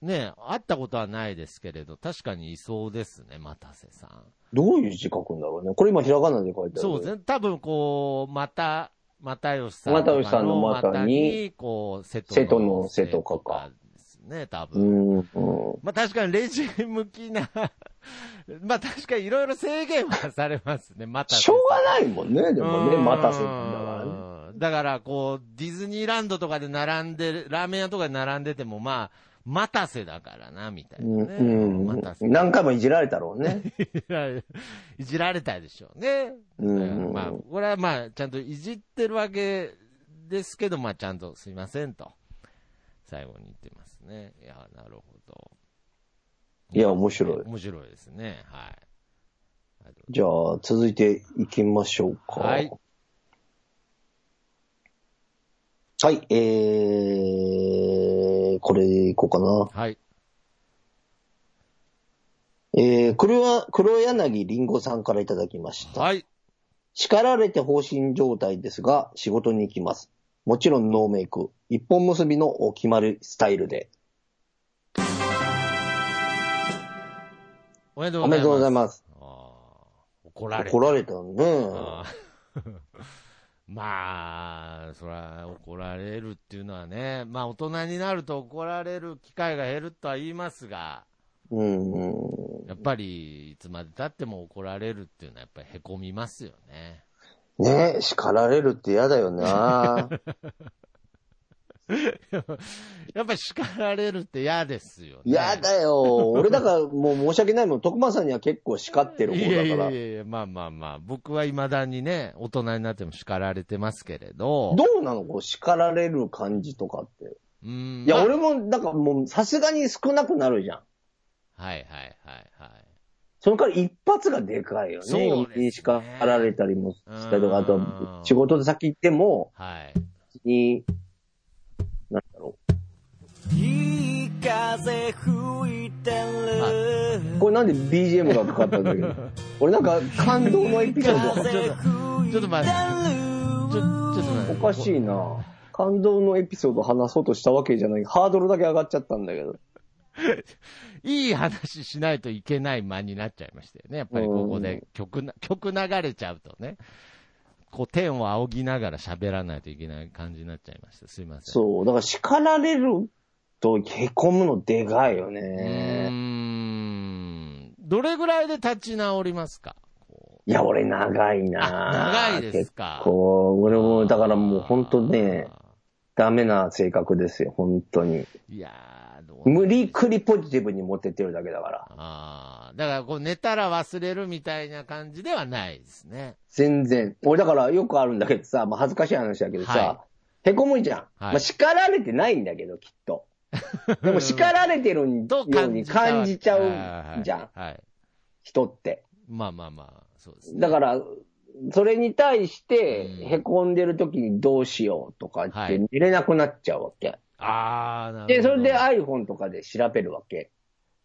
Speaker 2: ねえ会ったことはないですけれど、確かにいそうですね、待たせさん。
Speaker 1: どういう字書くんだろうね。これ今ひらがなで書いてある。
Speaker 2: そうですね、多分こう、また、又吉さん。
Speaker 1: 又吉さんの又に、
Speaker 2: こう、瀬戸
Speaker 1: 瀬戸の瀬とかか。
Speaker 2: ですね、多分。
Speaker 1: うん。うん。
Speaker 2: まあ確かにレジ向きな、 まあ確かにいろいろ制限はされますね、またせ
Speaker 1: し
Speaker 2: さ
Speaker 1: ょ
Speaker 2: ん。
Speaker 1: うがないもんね、でもね、
Speaker 2: うん
Speaker 1: 待たせなんだからね。
Speaker 2: だからこう、ディズニーランドとかで並んでる、ラーメン屋とかで並んでても、まあ、待たせだからな、みたいうなね。
Speaker 1: ん、う
Speaker 2: 待
Speaker 1: ん
Speaker 2: たせ。
Speaker 1: 何回もいじられたろう ね。
Speaker 2: いじられ いじられたでしょうね。
Speaker 1: うん
Speaker 2: まあ、これはまあ、ちゃんといじってるわけですけど、まあ、ちゃんとすいませんと、最後に言ってますね。いや、なるほど。
Speaker 1: いや面白い
Speaker 2: 面白いですね。はい。
Speaker 1: じゃあ、続いていきましょうか。
Speaker 2: はい。
Speaker 1: はい、えー、これいこうかな。
Speaker 2: はい。
Speaker 1: えー、黒や黒柳りんごさんからいただきました。
Speaker 2: はい。
Speaker 1: 叱られて放心状態ですが、仕事に行きます。もちろんノーメイク。一本結びのお決まりスタイルで。
Speaker 2: おめでとう
Speaker 1: お
Speaker 2: ござ
Speaker 1: めで
Speaker 2: います。
Speaker 1: とうございます。
Speaker 2: あー怒られた
Speaker 1: 怒られたね。
Speaker 2: あー まあ、そら、怒られるっていうのはね、まあ、大人になると怒られる機会が減るとは言いますが、
Speaker 1: うん。
Speaker 2: やっぱり、いつまで経っても怒られるっていうのは、やっぱりへこみますよね。
Speaker 1: ねえ、叱られるって嫌だよな。
Speaker 2: やっぱり叱られるって嫌ですよね。
Speaker 1: 嫌だ よ。俺だからもう申し訳ないもん。徳間さんには結構叱ってる
Speaker 2: い
Speaker 1: 方
Speaker 2: やい
Speaker 1: だか
Speaker 2: やい
Speaker 1: ら。
Speaker 2: やいや、まあまあまあ、僕は未だにね、大人になっても叱られてますけれど。
Speaker 1: どうなのこう叱られる感じとかって。
Speaker 2: うん。
Speaker 1: いや、
Speaker 2: まあ
Speaker 1: 俺も、だからもうさすがに少なくなるじゃん。
Speaker 2: はいはいはいはい。
Speaker 1: その代わり一発がでかいよね。
Speaker 2: そうですね
Speaker 1: に叱られたりもしたりとか、あ
Speaker 2: う
Speaker 1: と
Speaker 2: ん
Speaker 1: 仕事で先行っても、
Speaker 2: はい。
Speaker 1: に、なんだろ
Speaker 4: いい風吹いて
Speaker 1: う。
Speaker 4: る
Speaker 1: これなんで BGM がかかったんだけど。俺なんか感動のエピソード。
Speaker 4: 風吹いてる
Speaker 2: ちょっと待ってちょ、ちょっと待
Speaker 1: お
Speaker 2: って
Speaker 1: かしいな。感動のエピソード話そうとしたわけじゃない。ハードルだけ上がっちゃったんだけど。
Speaker 2: いい話しないといけない間になっちゃいましたよね。やっぱりここで曲な、曲流れちゃうとね。こう、天を仰ぎながら喋らないといけない感じになっちゃいました。すいません。
Speaker 1: そう。だから叱られると凹むのでかいよ
Speaker 2: うー
Speaker 1: ね。
Speaker 2: ん。どれぐらいで立ち直りますかこ
Speaker 1: いや、俺長いな
Speaker 2: あ長いですか
Speaker 1: 結構。
Speaker 2: う
Speaker 1: 俺も、だからもう本当ね、ダメな性格ですよ、本当に。
Speaker 2: いやー、どう
Speaker 1: 無理くりポジティブに持ってってるだけだから。
Speaker 2: ああ。だから、こう、寝たら忘れるみたいな感じではないですね。
Speaker 1: 全然。俺だからよくあるんだけどさ、まあ恥ずかしい話だけどさ、
Speaker 2: は
Speaker 1: 凹むじゃん。まあ叱られてないんだけど、きっ と。でも叱られてるんよ
Speaker 2: どう
Speaker 1: うに感じちゃ
Speaker 2: はいう
Speaker 1: じゃん、
Speaker 2: はい。はい。
Speaker 1: 人って。
Speaker 2: まあまあまあ、そうですね。
Speaker 1: だから、それに対して
Speaker 2: うん、
Speaker 1: 凹んでる時にどうしようとかっ
Speaker 2: は
Speaker 1: て
Speaker 2: い
Speaker 1: 見れなくなっちゃうわけ。
Speaker 2: ああ、なるほど。
Speaker 1: で、それで iPhone とかで調べるわ け。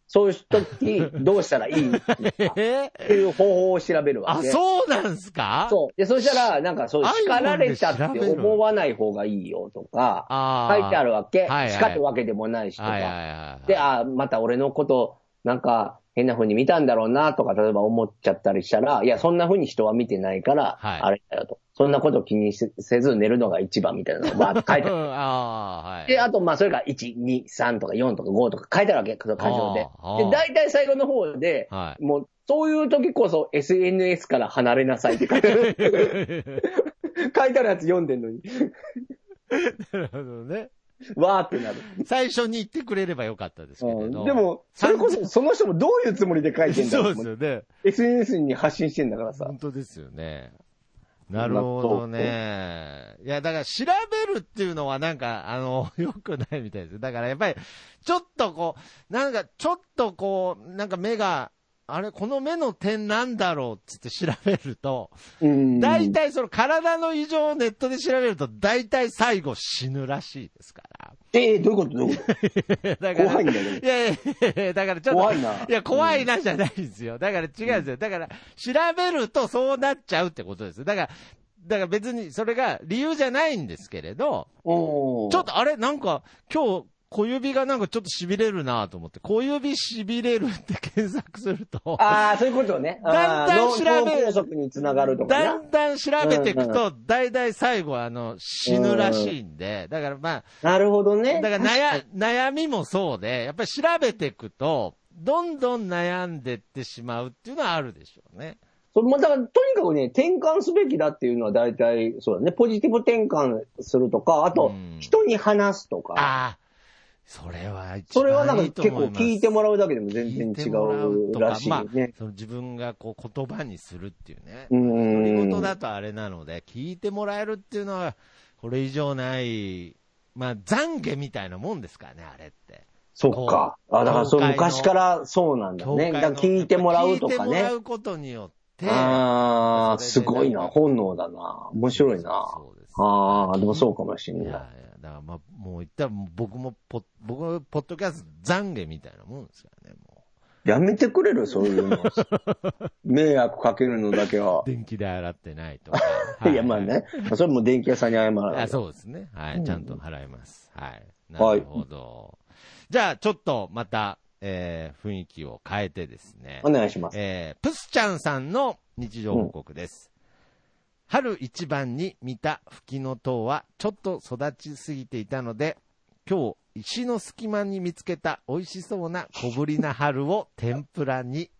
Speaker 1: そういう時、どうしたらいいって
Speaker 2: えー
Speaker 1: いう方法を調べるわ
Speaker 2: あ、
Speaker 1: け。
Speaker 2: そうなんすかう。
Speaker 1: そう。で、そしたら、なんかそう、
Speaker 2: iPhone
Speaker 1: 叱られたって
Speaker 2: で調べる
Speaker 1: 思わない方がいいよとか、
Speaker 2: ああ。
Speaker 1: 書いてあるわけ。
Speaker 2: はいはい
Speaker 1: 叱ったわけでもないしと
Speaker 2: はいはい
Speaker 1: か。
Speaker 2: はいはい。
Speaker 1: で、あ、また俺のこと、なんか変な風に見たんだろうなとか、例えば思っちゃったりしたら、いや、そんな風に人は見てないから、
Speaker 2: はい
Speaker 1: あれだよと。そんなこと気にせせず寝るのが一番みたいなのがわーって書いて
Speaker 2: う
Speaker 1: ある。
Speaker 2: んああ、はい。
Speaker 1: で、あと、まあ、それが1、2、3とか4とか5とか書いてあるわけ、その箇条で
Speaker 2: あああ。あ
Speaker 1: で、大体最後の方で、
Speaker 2: はい。
Speaker 1: もう、そういう時こそ SNS から離れなさいって書いてある。 書いてあるやつ読んでんのに、
Speaker 2: なるほどね。
Speaker 1: わーってなる。
Speaker 2: 最初に言ってくれればよかったですけ
Speaker 1: う
Speaker 2: れ
Speaker 1: ん
Speaker 2: ど。
Speaker 1: でも、それこそその人もどういうつもりで書いてんだ
Speaker 2: そ
Speaker 1: ろ
Speaker 2: う
Speaker 1: う
Speaker 2: ですよね。
Speaker 1: SNS に発信してんだからさ
Speaker 2: 本。当ですよね。なるほどね。いや、だから調べるっていうのはなんか、あの、 良くないみたいです。だからやっぱり、ちょっとこう、なんか、ちょっとこう、なんか目が、あれ、この目の点なんだろうっつって調べると、
Speaker 1: うん。
Speaker 2: 大体その体の異常をネットで調べると、大体最後死ぬらしいですから。
Speaker 1: ええどういうことどういうこと
Speaker 2: だから
Speaker 1: 怖いんだけ
Speaker 2: いやいやいや、だからちょっと。
Speaker 1: 怖いない
Speaker 2: や、怖いなじゃないんですよ。だから違うんですよ。だから、調べるとそうなっちゃうってことですよ。だから、だから別にそれが理由じゃないんですけれど、
Speaker 1: ど。おー
Speaker 2: ちょっとあれなんか今日、小指がなんかちょっと痺れるなと思って、小指痺れるって検索すると、
Speaker 1: ああ、そういうことね。
Speaker 2: だんだん
Speaker 1: あー
Speaker 2: 調べる
Speaker 1: 脳脳梗塞につながるとか
Speaker 2: だ
Speaker 1: な。
Speaker 2: んだん調べていくと、大体最後あの、死ぬらしいんで、だからまあ、
Speaker 1: なるほどね。
Speaker 2: だから悩悩みもそうで、やっぱり調べていくと、どんどん悩んでってしまうっていうのはあるでしょうね。
Speaker 1: それもだから、とにかくね、転換すべきだっていうのは大体、そうだね、ポジティブ転換するとか、あ
Speaker 2: う
Speaker 1: と
Speaker 2: ん、
Speaker 1: 人に話すとか、
Speaker 2: ああ、それは一
Speaker 1: それはなん
Speaker 2: 番
Speaker 1: か
Speaker 2: いいと
Speaker 1: 結
Speaker 2: 思
Speaker 1: 構
Speaker 2: います。
Speaker 1: 聞いてもらうだけでも
Speaker 2: 聞い
Speaker 1: 全然
Speaker 2: て
Speaker 1: 違
Speaker 2: もら
Speaker 1: う
Speaker 2: とから
Speaker 1: しいよね。
Speaker 2: まあ、その自分がこう言葉にするっていうね。
Speaker 1: う
Speaker 2: 独り
Speaker 1: ん
Speaker 2: 言。だとあれなので、聞いてもらえるっていうのは、これ以上ない、まあ、懺悔みたいなもんですからね、あれって。
Speaker 1: そっか。
Speaker 2: こう
Speaker 1: あ、だからそう
Speaker 2: 教会の
Speaker 1: 昔からそうなんだ
Speaker 2: 教
Speaker 1: ね。
Speaker 2: 会の
Speaker 1: だから聞いてもらうとか
Speaker 2: 聞いても
Speaker 1: ね
Speaker 2: ら。うことによって、
Speaker 1: ああ、
Speaker 2: そ
Speaker 1: す
Speaker 2: れでね
Speaker 1: ごいな。本能だな。面白いな。
Speaker 2: そうです
Speaker 1: ああ、でもそうかもしれ
Speaker 2: いやいや
Speaker 1: ない。、
Speaker 2: だからまあ、もう言ったら僕もポッ、僕もポッドキャスト懺悔みたいなもんですからね、も
Speaker 1: やめてくれる、そう いうの。迷惑かけるのだけは。
Speaker 2: う。。電気で洗ってない とか
Speaker 1: いや、まあね。それも電気屋さんに謝ら
Speaker 2: はい。
Speaker 1: ない
Speaker 2: あ
Speaker 1: と。
Speaker 2: そうですね。はい、ちゃんと払います。はい。な
Speaker 1: はい
Speaker 2: るほど。じゃあ、ちょっとまた、えー、雰囲気を変えてですね。
Speaker 1: お願いします。
Speaker 2: えー、プスちゃんさんの日常報告です。春一番に見た吹きの塔はちょっと育ちすぎていたので、今日石の隙間に見つけた美味しそうな小ぶりな春を天ぷらに。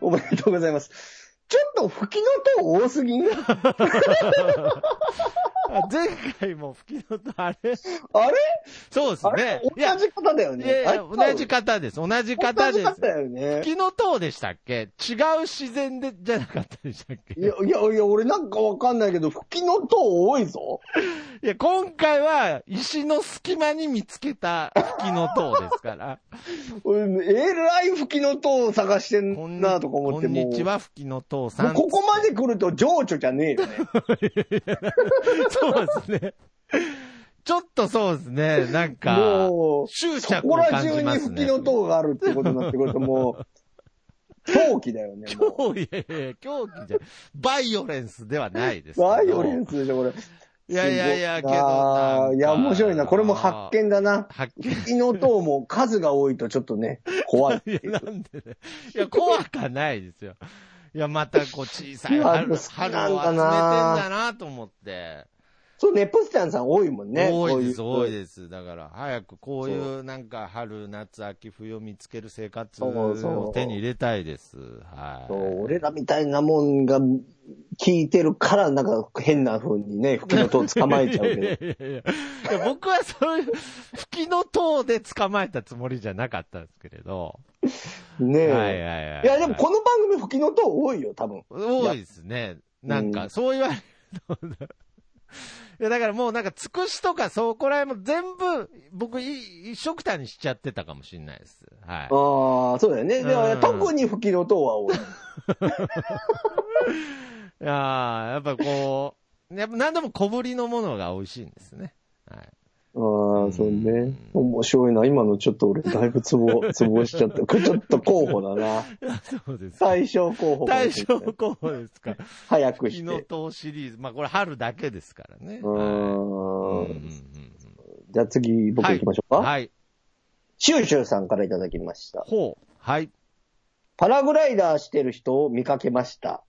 Speaker 1: おめでとうございます。ちょっと吹きの塔多すぎんあ
Speaker 2: あ 前回も吹きの塔あれ
Speaker 1: れ
Speaker 2: そうです
Speaker 1: あれ
Speaker 2: ね。い
Speaker 1: 同
Speaker 2: や、
Speaker 1: じ方だよ
Speaker 2: い
Speaker 1: ね。
Speaker 2: やいや
Speaker 1: あれ
Speaker 2: 同じ方です。同じ
Speaker 1: 同
Speaker 2: 方
Speaker 1: じ
Speaker 2: です。
Speaker 1: 方だよね。
Speaker 2: 吹きの塔でしたっけ違う自然で、じゃなかったでしたっけ
Speaker 1: いや、いや、いや、俺なんかわかんないけど、吹きの塔多いぞ。
Speaker 2: いや、今回は石の隙間に見つけた吹きの塔で すから。
Speaker 1: うんえらい吹きの塔を探して
Speaker 2: こん
Speaker 1: ん
Speaker 2: に
Speaker 1: なとか思ってもう。
Speaker 2: こんにちは、吹きの
Speaker 1: も
Speaker 2: 塔さ。
Speaker 1: うんここまで来ると情緒じゃねえよね。
Speaker 2: そうですね。ちょっとそうですね。なんか、
Speaker 1: もう、
Speaker 2: 執
Speaker 1: そ
Speaker 2: 着
Speaker 1: こ
Speaker 2: を
Speaker 1: ら
Speaker 2: 感
Speaker 1: 中
Speaker 2: じ
Speaker 1: に
Speaker 2: ます
Speaker 1: 吹き
Speaker 2: ね。
Speaker 1: の塔があるってことになってくるとも狂気だよね、も
Speaker 2: 狂気、いやいやいや、狂気じゃ、バイオレンスではないで
Speaker 1: う。
Speaker 2: すけど。
Speaker 1: バイオレンスでしょ、これ。
Speaker 2: いやいやいや、けど
Speaker 1: あー
Speaker 2: なんか。
Speaker 1: いや、面白いな。これも発見だな。
Speaker 2: 発見。
Speaker 1: 敵の塔も数が多いとちょっとね、怖いって
Speaker 2: い
Speaker 1: い
Speaker 2: や、な
Speaker 1: う。
Speaker 2: んでね。いや、怖かないですよ。いや、また、こう、小さい
Speaker 1: うわ
Speaker 2: 春、
Speaker 1: 好きなん
Speaker 2: 春
Speaker 1: だな
Speaker 2: を集めてんだなと思って。
Speaker 1: そう、ネプスティアンさん多いもんね。
Speaker 2: 多いです、
Speaker 1: こうう
Speaker 2: 多いです。だから、早くこういう、なんか、春、夏、秋、冬を見つける生活
Speaker 1: そうそう
Speaker 2: を手に入れたいです。はい。
Speaker 1: そう俺らみたいなもんが聞いてるから、なんか変な風に ね、吹きの塔捕まえちゃうけ
Speaker 2: いやいやいやいやいや僕はそういう、吹きの塔で捕まえたつもりじゃなかったんですけれど。
Speaker 1: ど。ねえ。
Speaker 2: はい
Speaker 1: い
Speaker 2: はいはいはい。
Speaker 1: や、でもこの番組吹きの塔多いよ、多分。
Speaker 2: 多いですね。なん
Speaker 1: う
Speaker 2: か、
Speaker 1: ん
Speaker 2: そう言われると。 いや、だからもうなんか、つくしとか、そこら辺も全部、僕、い一緒くたにしちゃってたかもしれないです。はい。
Speaker 1: ああ、そうだよね。で
Speaker 2: う
Speaker 1: は
Speaker 2: ん
Speaker 1: 特に吹きの塔は多い。
Speaker 2: いやーやっぱこう、やっぱ何でも小ぶりのものが美味しいんですね。はい。
Speaker 1: ああ、そうね。面白いな。今のちょっと俺、だいぶツ ボ、ツボしちゃった。これちょっと候補だな。
Speaker 2: そうですか。
Speaker 1: 対象候補。
Speaker 2: 大正候補ですか。
Speaker 1: 早く
Speaker 2: 日
Speaker 1: し
Speaker 2: の
Speaker 1: て。
Speaker 2: 塔シリーズ。まあこれ春だけですからね。
Speaker 1: う
Speaker 2: はい
Speaker 1: ー
Speaker 2: うんうん
Speaker 1: ん。
Speaker 2: うん
Speaker 1: じゃあ次、僕行きましょうか。
Speaker 2: はい。
Speaker 1: シューシューさんからいただきました。
Speaker 2: ほう。はい。
Speaker 1: パラグライダーしてる人を見かけました。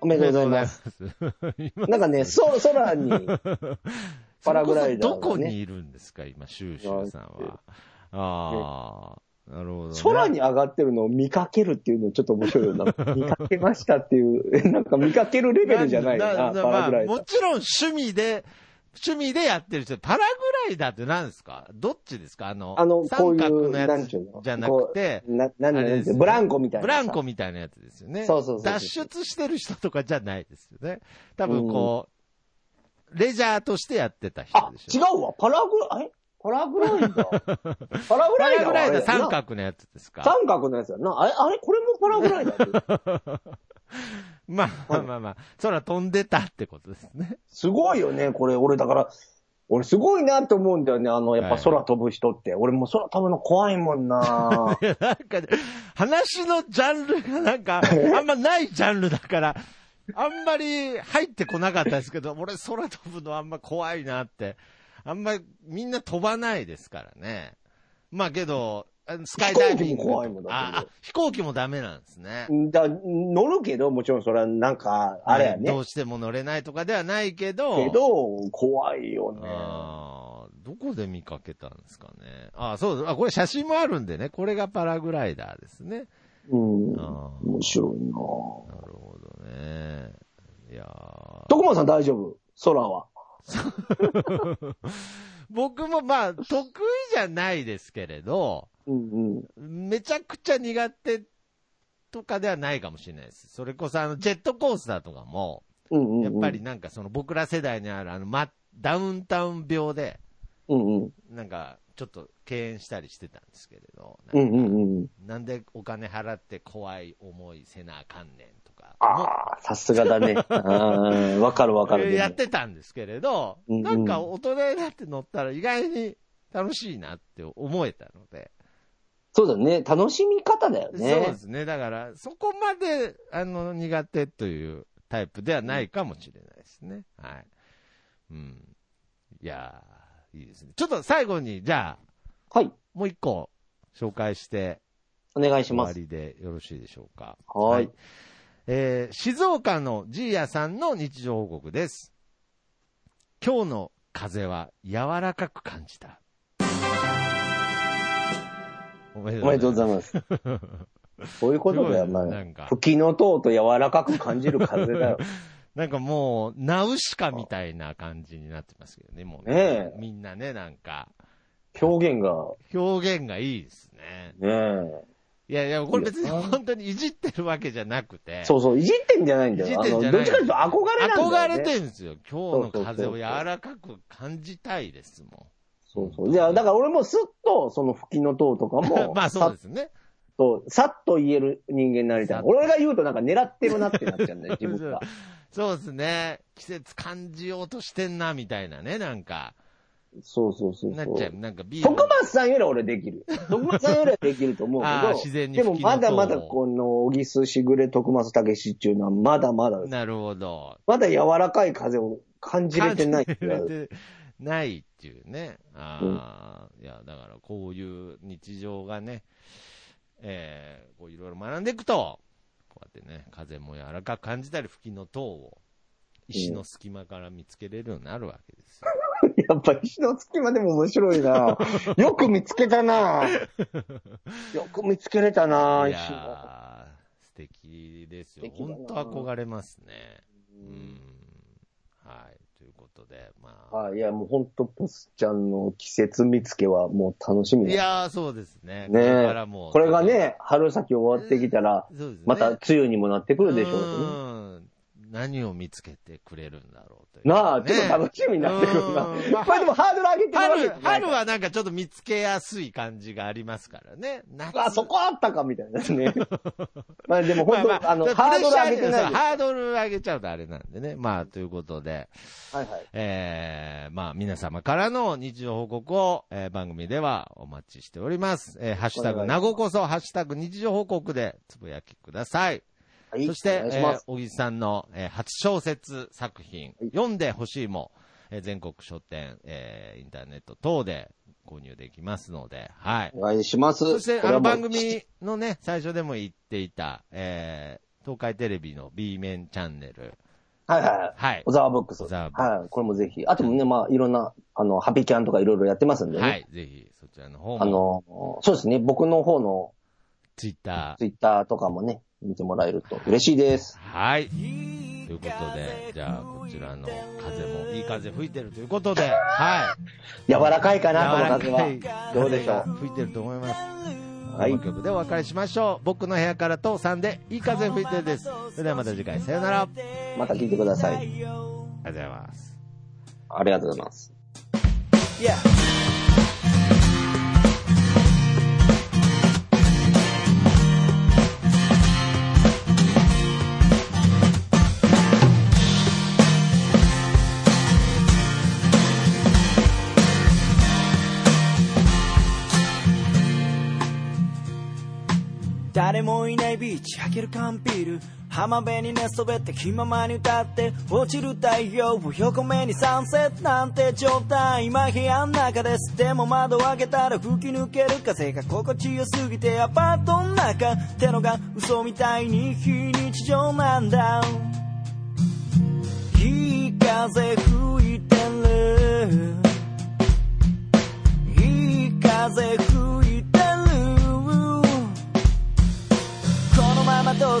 Speaker 1: お
Speaker 2: あ
Speaker 1: めでとうございます。
Speaker 2: りがとうございます。
Speaker 1: なんかね、そ空に、 パラグライダーがね
Speaker 2: それこそどこにいるんですか、今、シューシューさんは。ああ、なるほど、ね。
Speaker 1: 空に上がってるのを見かけるっていうのちょっと面白い よな。見かけましたっていう、 なんか見かけるレベルじゃないよな、パラグライダ
Speaker 2: まあも
Speaker 1: ー。
Speaker 2: ちろん趣味で、趣味でやってる人、パラグライダーって何ですかどっちですかあの、
Speaker 1: あの、こう
Speaker 2: 三
Speaker 1: い
Speaker 2: 角
Speaker 1: う、
Speaker 2: の
Speaker 1: な
Speaker 2: や
Speaker 1: ん
Speaker 2: つ
Speaker 1: ちゅうの
Speaker 2: じゃなくて
Speaker 1: こ、うな、なん
Speaker 2: あれ
Speaker 1: で
Speaker 2: です
Speaker 1: す
Speaker 2: よね
Speaker 1: ブランコみたいな。
Speaker 2: ブランコみたいなやつですよね。
Speaker 1: そうそうそうそう
Speaker 2: 脱出してる人とかじゃないですよね。多分こう、レジャーとしてやってた人
Speaker 1: あ
Speaker 2: で、し
Speaker 1: 違
Speaker 2: ょ。
Speaker 1: うわ。パラグラ、えパラグライダー パラグ
Speaker 2: パ
Speaker 1: ライダー
Speaker 2: ラグ
Speaker 1: はあ
Speaker 2: ラ
Speaker 1: れ
Speaker 2: イ
Speaker 1: だ
Speaker 2: ダ
Speaker 1: よ
Speaker 2: ー
Speaker 1: な
Speaker 2: 三角のやつですか
Speaker 1: 三角のやつやんな。あれ、あれこれもパラグライダー
Speaker 2: まあまあまあまあ、空飛んでたってことですね。
Speaker 1: すごいよね、これ。俺、だから、俺すごいなって思うんだよね。あの、やっぱ空飛ぶ人って。俺も空飛ぶの怖いもん な
Speaker 2: いや、なんかね、話のジャンルがなんか、あんまないジャンルだから、あんまり入ってこなかったですけど、俺空飛ぶのあんま怖いなって。あんまみんな飛ばないですからね。まあけど、あのスカイダイビング
Speaker 1: 飛行機も
Speaker 2: と
Speaker 1: 怖いもんだ
Speaker 2: ああ飛行機もダメなんですね。
Speaker 1: だ乗るけど、もちろんそれはなんか、あれやね。
Speaker 2: どうしても乗れないとかではないけど。
Speaker 1: けど、怖いよね。
Speaker 2: ああ、どこで見かけたんですかね。ああ、そう、あ、これ写真もあるんでね。これがパラグライダーですね。
Speaker 1: うん。
Speaker 2: ああ、
Speaker 1: 面白いなぁ。
Speaker 2: なるほどね。いやー
Speaker 1: 徳間さん大丈夫空は。
Speaker 2: 僕もまあ、得意じゃないですけれど、
Speaker 1: うんうん。
Speaker 2: めちゃくちゃ苦手とかではないかもしれないです。それこそあの、ジェットコースターとかも、
Speaker 1: うんうんうん、
Speaker 2: やっぱり。なんかその僕ら世代にあるあの、ま、ダウンタウン病で、
Speaker 1: うんうん。
Speaker 2: なんか、ちょっと敬遠したりしてたんですけれど、なん
Speaker 1: う
Speaker 2: か
Speaker 1: んうんうん。
Speaker 2: なんでお金払って怖い思いせなあかんねんとか、
Speaker 1: ああ、さすがだ ね。ああわかるわかる、ね。
Speaker 2: やってたんですけれど、
Speaker 1: うんうん
Speaker 2: なんか大人になって乗ったら意外に楽しいなって思えたので、
Speaker 1: そうだね。楽しみ方だよね。
Speaker 2: そうですね。だから、そこまで、あの、苦手というタイプではないかもしれないですね。はい。うん。いやー、いいですね。ちょっと最後に、じゃあ、
Speaker 1: はい。
Speaker 2: もう一個紹介して、
Speaker 1: お願いし
Speaker 2: 終
Speaker 1: ま
Speaker 2: わ
Speaker 1: す。
Speaker 2: りでよろしいでしょうか。
Speaker 1: はい
Speaker 2: えー静岡のジーヤさんの日常報告です。今日の風は柔らかく感じた。おめで
Speaker 1: おめでとうござい
Speaker 2: ま
Speaker 1: ます。 こういうことだよ、
Speaker 2: す
Speaker 1: ま
Speaker 2: ごいな
Speaker 1: あ
Speaker 2: んか。
Speaker 1: 吹きの塔と柔らかく感じる風だ よ。
Speaker 2: す。なんかもう、ナウシカみたいな感じになってますけどね、もう
Speaker 1: ねえ
Speaker 2: みんなね、なんか、
Speaker 1: 表現が、
Speaker 2: 表現がいいですね。
Speaker 1: ね
Speaker 2: いやいや、これ別に本当にいじってるわけじゃなくて。
Speaker 1: え。そうそう、いじってんじゃないん
Speaker 2: い
Speaker 1: だ
Speaker 2: じ
Speaker 1: よ。
Speaker 2: っ
Speaker 1: あ
Speaker 2: てん
Speaker 1: の
Speaker 2: じゃな
Speaker 1: ど
Speaker 2: い
Speaker 1: っちかというと憧れなんだよ、ね。
Speaker 2: 憧れてるんですよ。今日の風を柔らかく感じたいですも、
Speaker 1: そうそう。じゃあ、だから俺もすっと、その吹きの塔とかも
Speaker 2: まあそう
Speaker 1: さ
Speaker 2: で
Speaker 1: っ
Speaker 2: すね。
Speaker 1: と、さっと言える人間になりた
Speaker 2: さ
Speaker 1: い
Speaker 2: っ。と
Speaker 1: 俺が言うとなんか狙ってるなってなっちゃうんだ よ、自分が。
Speaker 2: そうですね。季節感じようとしてんな、みたいなね、なんか。
Speaker 1: そうそうそう
Speaker 2: なっ
Speaker 1: そう
Speaker 2: ちゃう。。なんかビール。
Speaker 1: 徳松さんよりは俺できる。徳松さんよりはできると思うけ
Speaker 2: あー
Speaker 1: ど、
Speaker 2: 自然に
Speaker 1: でも
Speaker 2: 吹きの塔
Speaker 1: まだま
Speaker 2: を
Speaker 1: だこの、小木すしぐれ徳松たけしっていうのはまだまだです、
Speaker 2: なるほど。
Speaker 1: まだ柔らかい風を感じれてない。
Speaker 2: 感じれてないっていうね。ああ、いや、だからこういう日常がね、えー、こういろいろ学んでいくと、こうやってね、風も柔らかく感じたり、吹きの塔を、石の隙間から見つけれるようになるわけですよ。
Speaker 1: やっぱ石の隙間でも面白い なよく見つけたなよく見つけれたない石の。
Speaker 2: やー素敵ですよ
Speaker 1: 素。敵だな
Speaker 2: 本当憧れますね。うん。はい。ということで、まあ。
Speaker 1: あいや、もうほんと、ポスちゃんの季節見つけはもう楽しみだ
Speaker 2: いやー、そうですね。
Speaker 1: ねえ
Speaker 2: これからもう
Speaker 1: これが、ね、春先終わってきたら、
Speaker 2: そうですね
Speaker 1: また梅雨にもなってくるでしょうしね。
Speaker 2: うん何を見つけてくれるんだろうという、
Speaker 1: なあ、
Speaker 2: ね
Speaker 1: ちょっと楽しみになってくるな。
Speaker 2: うんまあ
Speaker 1: これでもハードル上げてもらうわ
Speaker 2: 春、
Speaker 1: けじゃない
Speaker 2: 春。はなんかちょっと見つけやすい感じがありますからね。夏
Speaker 1: あ、そこあったかみたいな ね。まあでも
Speaker 2: ま
Speaker 1: 本当、あ、の、ハードル上げてない
Speaker 2: そう
Speaker 1: で
Speaker 2: ハードル上げちゃうとあれなんでね。まあ、ということで、
Speaker 1: す。はいはい。
Speaker 2: えー、まあ、皆様からの日常報告を、えー番組ではお待ちしております。えー、ハッシュタグ、
Speaker 1: お願
Speaker 2: ない
Speaker 1: します
Speaker 2: ごこそ、ハッシュタグ日常報告でつぶやきください。
Speaker 1: はい
Speaker 2: そして
Speaker 1: お、願いし
Speaker 2: え
Speaker 1: ま
Speaker 2: ー
Speaker 1: す。
Speaker 2: 小木さんの、えー初小説作品、
Speaker 1: はい
Speaker 2: 読んでほしいも、えー全国書店、えーインターネット等で購入できますので、はい。
Speaker 1: お願いします。
Speaker 2: そして、
Speaker 1: こ
Speaker 2: あ
Speaker 1: れは
Speaker 2: の
Speaker 1: もう
Speaker 2: 番。組のね、最初でも言っていた、えー東海テレビの B 面チャンネル、
Speaker 1: はいはい。
Speaker 2: はい
Speaker 1: オ。ザーボックス。
Speaker 2: オ
Speaker 1: は
Speaker 2: ザワボ
Speaker 1: い。これもぜひ。あともね、まあ、いろんな、あの、ハピキャンとかいろいろやってますんでね。
Speaker 2: はい。ぜひ、そちらの方
Speaker 1: あ
Speaker 2: も、
Speaker 1: の、そうですね。僕の方の
Speaker 2: ツイッタ
Speaker 1: ツイッターとかもね、見てもらえると嬉しいです
Speaker 2: ー。。はい。と
Speaker 4: い
Speaker 2: いううこ
Speaker 4: こと
Speaker 2: と
Speaker 4: で
Speaker 2: で、、
Speaker 4: じ
Speaker 2: じ
Speaker 4: ゃ
Speaker 2: ゃ
Speaker 4: あ
Speaker 2: あ、
Speaker 4: こ
Speaker 2: こ
Speaker 4: ち
Speaker 2: ち
Speaker 4: ら
Speaker 2: ら
Speaker 4: の
Speaker 2: の
Speaker 4: 風
Speaker 2: 風
Speaker 4: も
Speaker 2: も、
Speaker 4: い
Speaker 2: い
Speaker 4: い
Speaker 2: い
Speaker 4: 風
Speaker 2: 風
Speaker 4: 吹
Speaker 2: 吹
Speaker 4: い
Speaker 2: い
Speaker 4: て
Speaker 2: て
Speaker 4: る
Speaker 2: る
Speaker 4: と
Speaker 2: と
Speaker 4: い
Speaker 2: いうう
Speaker 4: こ
Speaker 2: ことと
Speaker 4: で
Speaker 2: で、、はい。
Speaker 1: 柔らかいかな、この風は。
Speaker 2: ど
Speaker 1: ど
Speaker 2: う
Speaker 1: う
Speaker 2: で
Speaker 1: で
Speaker 2: し
Speaker 1: し
Speaker 2: ょ
Speaker 1: ょ
Speaker 2: う
Speaker 1: う
Speaker 2: 吹いてると思います。
Speaker 1: は
Speaker 2: はいい。曲でお別れしましょう。僕の部屋から父さんで、いい風吹いてるです。それではまた次回、さよなら。ありがと
Speaker 1: また聞いてください。
Speaker 2: うございます。
Speaker 1: ありがとうございます。
Speaker 4: Yeah.「誰もいないビーチ開ける缶ビール」「浜辺に寝そべって気ままに歌って」「落ちる太陽を横目にサンセットなんて状態」「今部屋の中です」「でも窓を開けたら吹き抜ける風が心地よすぎて」「アパートの中ってのが嘘みたいに非日常なんだ」「いい風吹いてる」いい風吹いてるこのままと